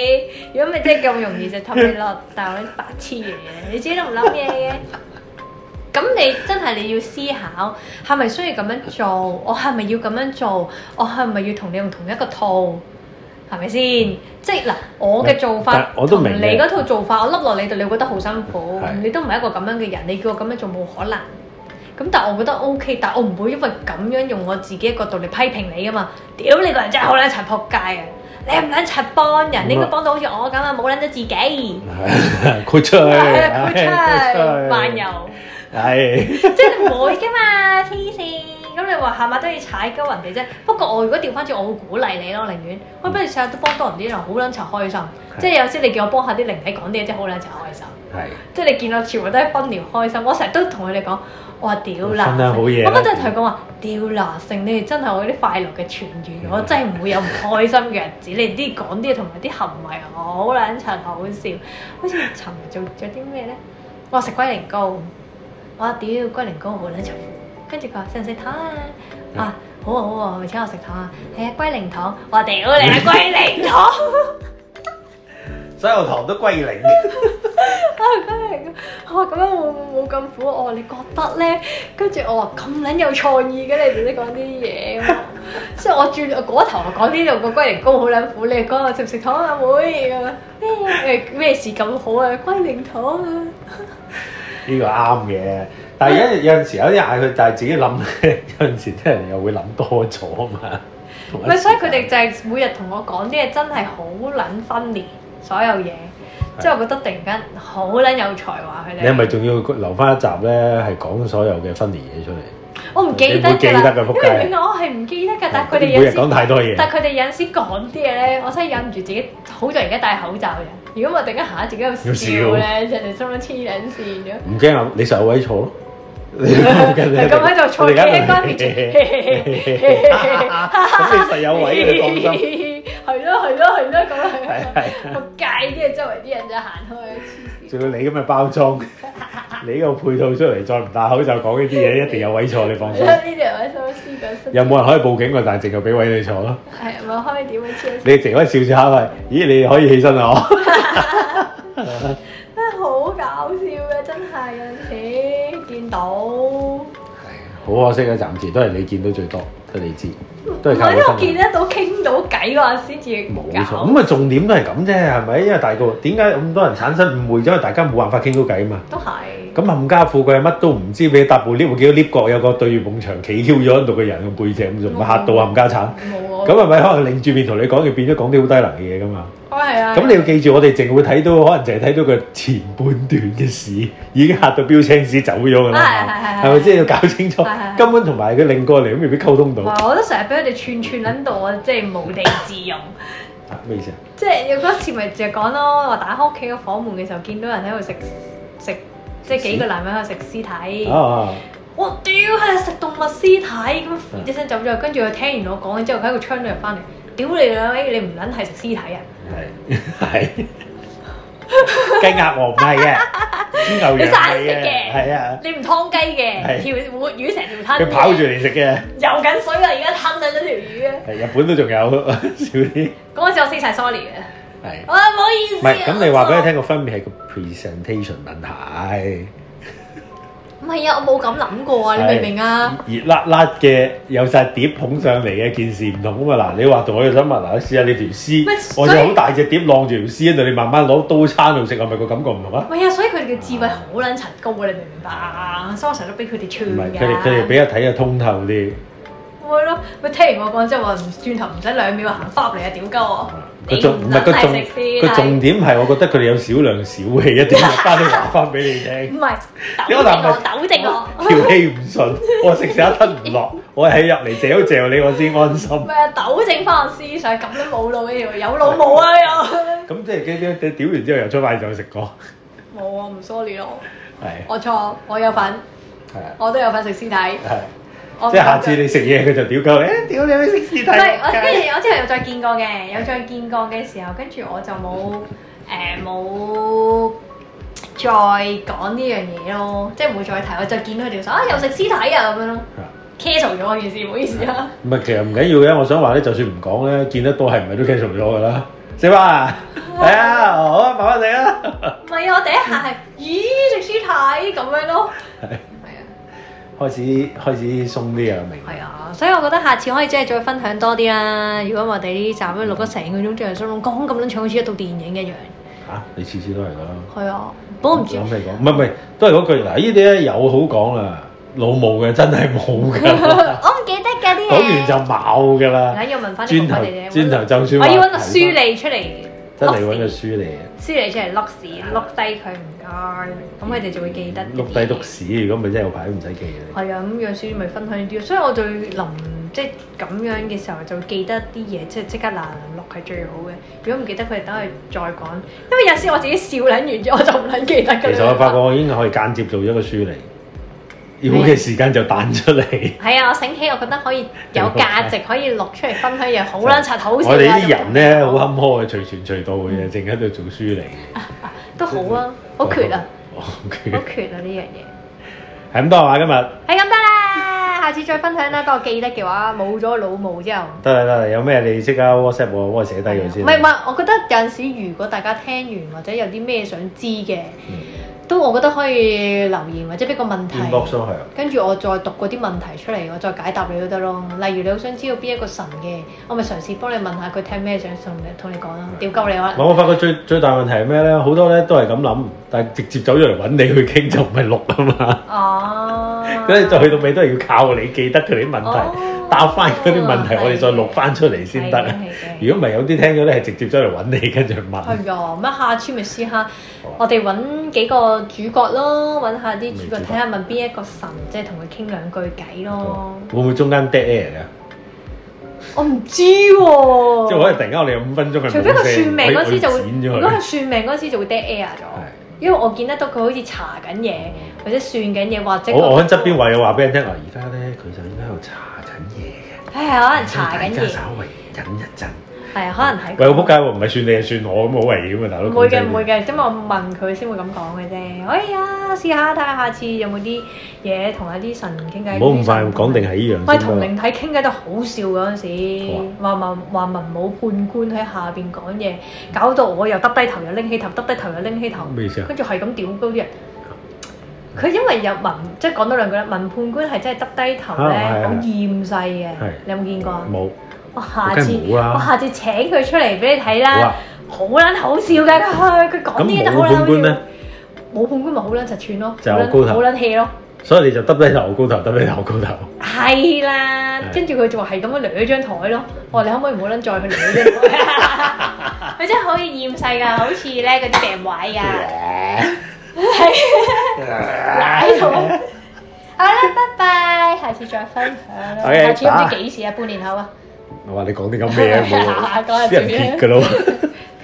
A: 如果咪真係咁容易就氹你落竇，你白痴嘢，你自己都唔諗嘢嘅。咁你真係你要思考，係咪需要咁樣做？我係咪要咁樣做？我係咪要同你用同一個套？係咪先？即係嗱，我嘅做
B: 但
A: 法
B: 我都
A: 同
B: 明嘅
A: 你嗰套做法，我笠落你度，你會覺得好辛苦
B: 係。
A: 你都唔係一個咁樣嘅人，你叫我咁樣做冇可能。咁但係我覺得 O K，但我唔會因為咁樣用我自己嘅角度嚟批評你噶嘛。屌你個人真係好撚柒撲街啊！你係唔撚柒幫人，你應該幫到好似我咁啊，冇撚咗自己。啊係
B: 係豁出去，
A: 啊，豁出
B: 豁
A: 去漫遊，
B: 係
A: 即係你唔會噶嘛，黐線。咁你話下馬都要踩鳩人哋啫。不過我如果調翻轉，我會鼓勵你咯，寧願喂，不如試下都幫多人啲人，好撚柒開心。即係有時你叫我幫下啲靈體講啲嘢，真係好撚柒開心。
B: 係。
A: 即係你見到全部都係分療開心，我成日都同佢哋講，我話屌啦，
B: 分享好嘢啦
A: 我嗰陣同佢講話，屌啦，性你哋真係我啲快樂嘅泉
B: 嗯
A: 源，我真係唔會有唔開心嘅日子。你啲講啲嘢同埋啲行為啊好撚襯好笑，好似尋日做咗啲咩咧？我食龜苓膏，我話屌龜苓膏好撚臭，跟住佢話食唔食糖啊？我話好啊好啊，咪請我食糖啊！係啊，龜苓糖，我話屌你啊，龜苓糖！
B: 所有堂都歸零。
A: *laughs* 啊咁樣，我話咁樣會唔會冇咁苦？我話你覺得咧？跟住我話咁撚有創意嘅，你哋都講啲嘢
B: *laughs*
A: 咁啊。即係我轉我嗰頭我講呢度個龜苓膏好撚苦，你哋講我食唔食糖啊妹咁啊？咩誒咩事咁好啊？龜苓糖啊！
B: 呢個啱嘅，但係有陣有陣時有啲嗌佢，但係自己諗， *laughs* 有陣時啲人又會諗多咗啊嘛。同
A: 唔
B: 一
A: 係，所以佢
B: 時間
A: 哋就係每日同我講啲嘢，真係好撚分裂所有嘢。即係我覺得突然間好撚有才華佢
B: 你係
A: 哋。
B: 咪仲要留翻一集咧？係講所有嘅分離嘢出嚟。
A: 我唔記得
B: 你會記
A: 㗎哦啦，
B: 得㗎
A: 因
B: 仆
A: 為
B: 街
A: 原來我係唔記得㗎，但係佢哋有
B: 每日
A: 陣時
B: 講太多嘢，
A: 但係佢哋有陣時講啲嘢咧，我真係忍唔住自己，好在而家戴口罩嘅。如果我突然間行自己喺度笑咧，人哋心諗黐撚線咗。
B: 唔驚啊！你實有位坐
A: *laughs*
B: 咯。你諗緊你
A: 係咁喺度坐
B: 我哋
A: 企喺 *laughs*
B: 而家 *laughs*
A: 關面前
B: 咁你實有位，你放心。
A: 係咯係咯係咯咁
B: 係
A: 樣，
B: 係。
A: 我戒啲周圍啲人就行開。
B: 仲要你咁嘅
A: *laughs*
B: 包裝，你呢個配套出嚟，再唔戴口罩講呢啲嘢，一定有位坐，你放
A: 呢
B: 心。
A: 啲人我心思緊，
B: 有冇人可以報警㗎？但係淨係俾位你坐咯。
A: 係咪可以點樣黐
B: 你淨可以笑笑下佢，咦？你可以起身啦！我
A: 真係啊好搞笑嘅，真係有陣時見到。
B: *laughs* 好可惜啊，暫時都係你見到最多，都係你知，都
A: 唔
B: 係靠
A: 係因為我見
B: 你身。
A: 得到傾到偈嗰陣先至
B: 冇錯，
A: 搞。
B: 咁啊重點都係咁啫，係咪？因為大個點解咁多人產生誤會，因為大家冇辦法傾到偈啊嘛。
A: 都係。
B: 咁冚家富貴乜都唔知，俾你搭部 lift 見到 lift 角有個對住埲牆企翹咗喺度嘅人個背脊，咁仲唔嚇到冚家產？
A: 冇啊
B: 咁係咪可能擰住面同你講，佢變咗講啲好低能嘅嘢噶嘛？
A: 我係啊。
B: 咁你要記住，我哋淨會睇到可能淨係睇到佢前半段嘅事，已經嚇到標青屎走咗㗎啦，
A: 係係係
B: 係咪先要搞清楚
A: 係係？係
B: 根本同埋佢擰過嚟都未必溝通到，
A: 啊哇！我都成日俾佢哋串串撚到我，即係無地自 *laughs* 容。
B: 啊咩意思啊？
A: 即係有嗰次咪就講咯，話打開屋企個房門嘅時候，見到人喺度食食，即係幾個男人喺度食屍體。
B: 啊，
A: 我屌係食動物屍體咁
B: 嗯
A: 一聲走咗，跟住佢聽完我講之後，佢喺個窗度入翻嚟，屌你兩位，你唔撚係食屍體啊！
B: 係係
A: *laughs*
B: 雞鴨鵝唔係嘅，豬牛
A: 你
B: 羊唔
A: 散
B: 係
A: 食
B: 嘅，
A: 嘅
B: 係啊，
A: 你唔劏雞
B: 係
A: 嘅，條活魚成條
B: 佢
A: 吞，
B: 跑住嚟食嘅，
A: 游緊水啊！而家吞緊咗條魚啊！
B: 係日本都仲有 *laughs* 少啲，
A: 嗰陣時我 say 晒 sorry 嘅，
B: 係。
A: 哇，唔好意
B: 唔
A: 思啊。
B: 係，咁你話俾佢聽個分別係個 presentation 問題，
A: 唔係啊，我冇咁諗過啊，你明唔明啊？
B: 熱辣辣嘅有晒碟捧上嚟嘅件事唔同啊嘛！嗱，你話同我哋想問嗱，試下你條
A: 喂
B: 絲，
A: 所
B: 我
A: 以
B: 就好大隻碟晾住條絲喺度，你慢慢攞刀叉度食，係咪個感覺唔同啊？
A: 唔係啊，所以佢哋嘅智慧好撚層高啊，你明唔明白啊？所以我成日都俾佢哋串
B: 唔
A: 㗎。
B: 係，佢哋佢哋比較睇得通透啲，
A: 係咯，咪聽完我講之後，我唔轉頭唔使兩秒行翻入嚟啊，屌鳩我！
B: 個重唔係個重個重點係，我覺得佢哋有少量小氣，一定要翻去話翻俾
A: *laughs*
B: 你聽。
A: 唔係
B: 你
A: 糾
B: 可能
A: 正
B: 唔
A: 我，糾正我。
B: 係條氣唔順，我食食一吞
A: *laughs*
B: 唔落，我係入嚟嚼一嚼你，我先安心
A: 唔。係啊，糾正翻我思想，咁都冇腦嘅條，有腦冇啊又。
B: 咁即係幾啲你屌完之後又出賣就食過，
A: 冇啊，唔 sorry 咯，
B: 係
A: 我錯，我有份，
B: 係啊
A: 我都有份食屍體。
B: 係。
A: 我
B: 即係下次你食嘢佢就屌鳩你，誒哎屌你去食
A: 唔係，我
B: 屍
A: 跟
B: 體。
A: 住我之後有再見過嘅，有再見過嘅時候，跟住我就冇誒冇再講呢樣嘢咯，即係冇再提，我就見到佢哋就啊又食屍體啊咁樣咯
B: 啊
A: ，cancel 咗我件事，唔好意思啊。
B: 唔係，其實唔緊要嘅。我想話咧，就算唔講咧，見得多係唔係都 cancel 咗㗎啦。食飯係啊，好啊，慢慢食啊。
A: 唔係啊，我第一下係咦食屍體咁樣咯，
B: 係
A: 係啊。
B: 開始開始鬆啲啊，明？
A: 係啊，所以我覺得下次可以即係再分享多啲啦。如果我哋呢集咧錄咗成個鐘之後，心諗講咁撚長，好似一套電影一樣。
B: 嚇，你次次都係㗎啦。
A: 係啊，不過唔知
B: 諗嚟講，唔係唔係，都係嗰句嗱，呢啲咧有好講啦，老母嘅真係冇
A: *laughs*
B: 㗎，
A: *laughs* 我唔記得㗎啲嘢。
B: 講完就冇㗎啦。
A: 嗱，要問翻
B: 轉
A: 啲
B: 頭
A: 哎我哋
B: 轉頭就算
A: 我
B: 話
A: 要揾個書理出嚟，
B: 真係揾個書嚟嘅。
A: 書理出嚟碌屎，碌低佢唔該，咁佢哋就會記得。
B: 碌嗯低篤。屎，如果咪真係有排都唔使記嘅。
A: 係啊，咁樣書咪分享啲，所以我對臨即係咁樣嘅時候就記得啲嘢，即係即刻嗱碌係最好嘅。如果唔記得，佢哋等佢再講，因為有時我自己笑撚完咗，我就唔撚記得㗎
B: *laughs* 其
A: 啦。
B: 實我發覺我已經可以間接做咗個書嚟，要嘅時間就彈出嚟。
A: 係啊，我醒起，我覺得可以有
B: *laughs*
A: 價值，可以錄出嚟分享嘢，好撚柒，好笑啊
B: 我哋啲人咧好坎坷嘅，隨傳隨到嘅啫，淨喺度做書嚟。
A: 都好啊，好缺啊，
B: *laughs* 好缺
A: 好缺啊呢樣嘢。
B: 係咁多啊！今日
A: 係咁得啦，下次再分享啦。當我記得嘅話，冇咗老母之後，
B: 得啦得啦，有咩你即刻 WhatsApp 我，我寫低佢
A: 唔
B: 先。
A: 係唔係，我覺得有陣時如果大家聽完或者有啲咩想知嘅，
B: 嗯
A: 都我覺得可以留言或者俾個問題，
B: ，inbox 都係。啊
A: 跟住我再讀嗰啲問題出嚟，我再解答你都得咯。例如你好想知道邊一個神嘅，我咪嘗試幫你問下佢聽咩想同你同你講啦。屌鳩你可
B: 唔
A: 能
B: 係，我發覺最最大問題係咩咧？好多咧都係咁諗，但係直接走咗嚟揾你去傾就唔係錄啊嘛。
A: 哦，
B: 咁你就去到尾都係要靠你記得佢啲問題，
A: 哦
B: 答翻嗰啲問題，我哋再錄翻出嚟先得
A: 係嘅
B: 啊。
A: 係嘅
B: 如果唔係，有啲聽咗咧係直接走嚟揾你，跟住問。
A: 係啊，咁下次咪試下，
B: 啊
A: 我哋揾幾個主角咯，揾下啲主角
B: 咩主角
A: 睇下問邊一個神，即係同佢傾兩句偈咯。
B: 會唔會中間 dead air 咧？
A: 我唔知喎、
B: 即係可能突然間我哋有五分鐘係
A: 除非佢
B: 冇
A: 算
B: 聲，
A: 命嗰時就
B: 我
A: 會，
B: 要
A: 如
B: 剪咗佢
A: 果佢算命嗰時就會 dead air 咗
B: 係。
A: 因為我見得到佢好似查緊嘢，或者算緊嘢，或者
B: 我我喺
A: 覺
B: 側
A: 得
B: 邊話又話俾人聽，嗱而家咧佢就應該喺度查緊嘢
A: 唉，可能
B: 嘅，
A: 查緊
B: 大家
A: 嘢，
B: 稍微忍一陣。
A: 係啊可能係。
B: 喂，我仆街喎，唔係算你係算我咁，好危險啊，大佬。
A: 唔會嘅，
B: 講真
A: 唔會嘅，因為我問佢先會咁講嘅啫。哎呀，試下睇下下次有冇啲嘢同一啲神傾偈。
B: 唔好咁快講定係依樣
A: 我係
B: 先
A: 同
B: 啦。
A: 靈體傾偈都好笑嗰陣時
B: 哇，
A: 話文話文武判官喺下邊講嘢，搞到我又耷低頭又拎起頭，耷低頭又拎起頭，
B: 咩意思啊？
A: 跟住係咁屌高啲人。佢因為有文，即係講多兩句啦。文判官係真係耷低頭
B: 啊係
A: 咧，
B: 係
A: 好厭世嘅
B: 係。
A: 你有冇見過啊？
B: 冇，
A: 我下次
B: 梗係冇啦
A: 我下次請佢出嚟俾你睇
B: 好
A: 啦
B: 啊。。
A: 好撚好笑㗎佢，佢講
B: 咁
A: 啲嘢
B: 冇
A: 都好撚
B: 判
A: 好
B: 官咧
A: 笑。，冇判官咪好撚實串咯，
B: 就
A: 好
B: 高
A: 撚
B: 頭
A: 好撚 hea 咯。
B: 所以你就耷低頭高頭，耷低頭
A: *laughs*
B: 高頭。
A: 係啦，
B: 係
A: 跟住佢就話係咁樣掠張台咯。我話你可唔可以唔好撚再去掠張
B: *laughs*
A: 台？佢真係可以厭世㗎，好似咧嗰啲病位
B: *laughs*
A: 啊，奶同。
B: 啊
A: 好啦，拜拜，下次再分享啦。
B: OK，
A: 下次唔
B: 拜
A: 知幾時啊？半年後
B: *laughs*
A: 啊？
B: 我話你講啲咁咩啊？
A: *laughs*
B: 冇，
A: 講
B: 啲人撇
A: 係 *laughs*
B: 㗎咯。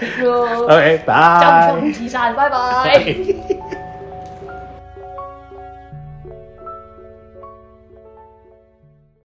A: 點咯？
B: OK，
A: 就唔
B: 拜
A: 衝。自殺，拜拜。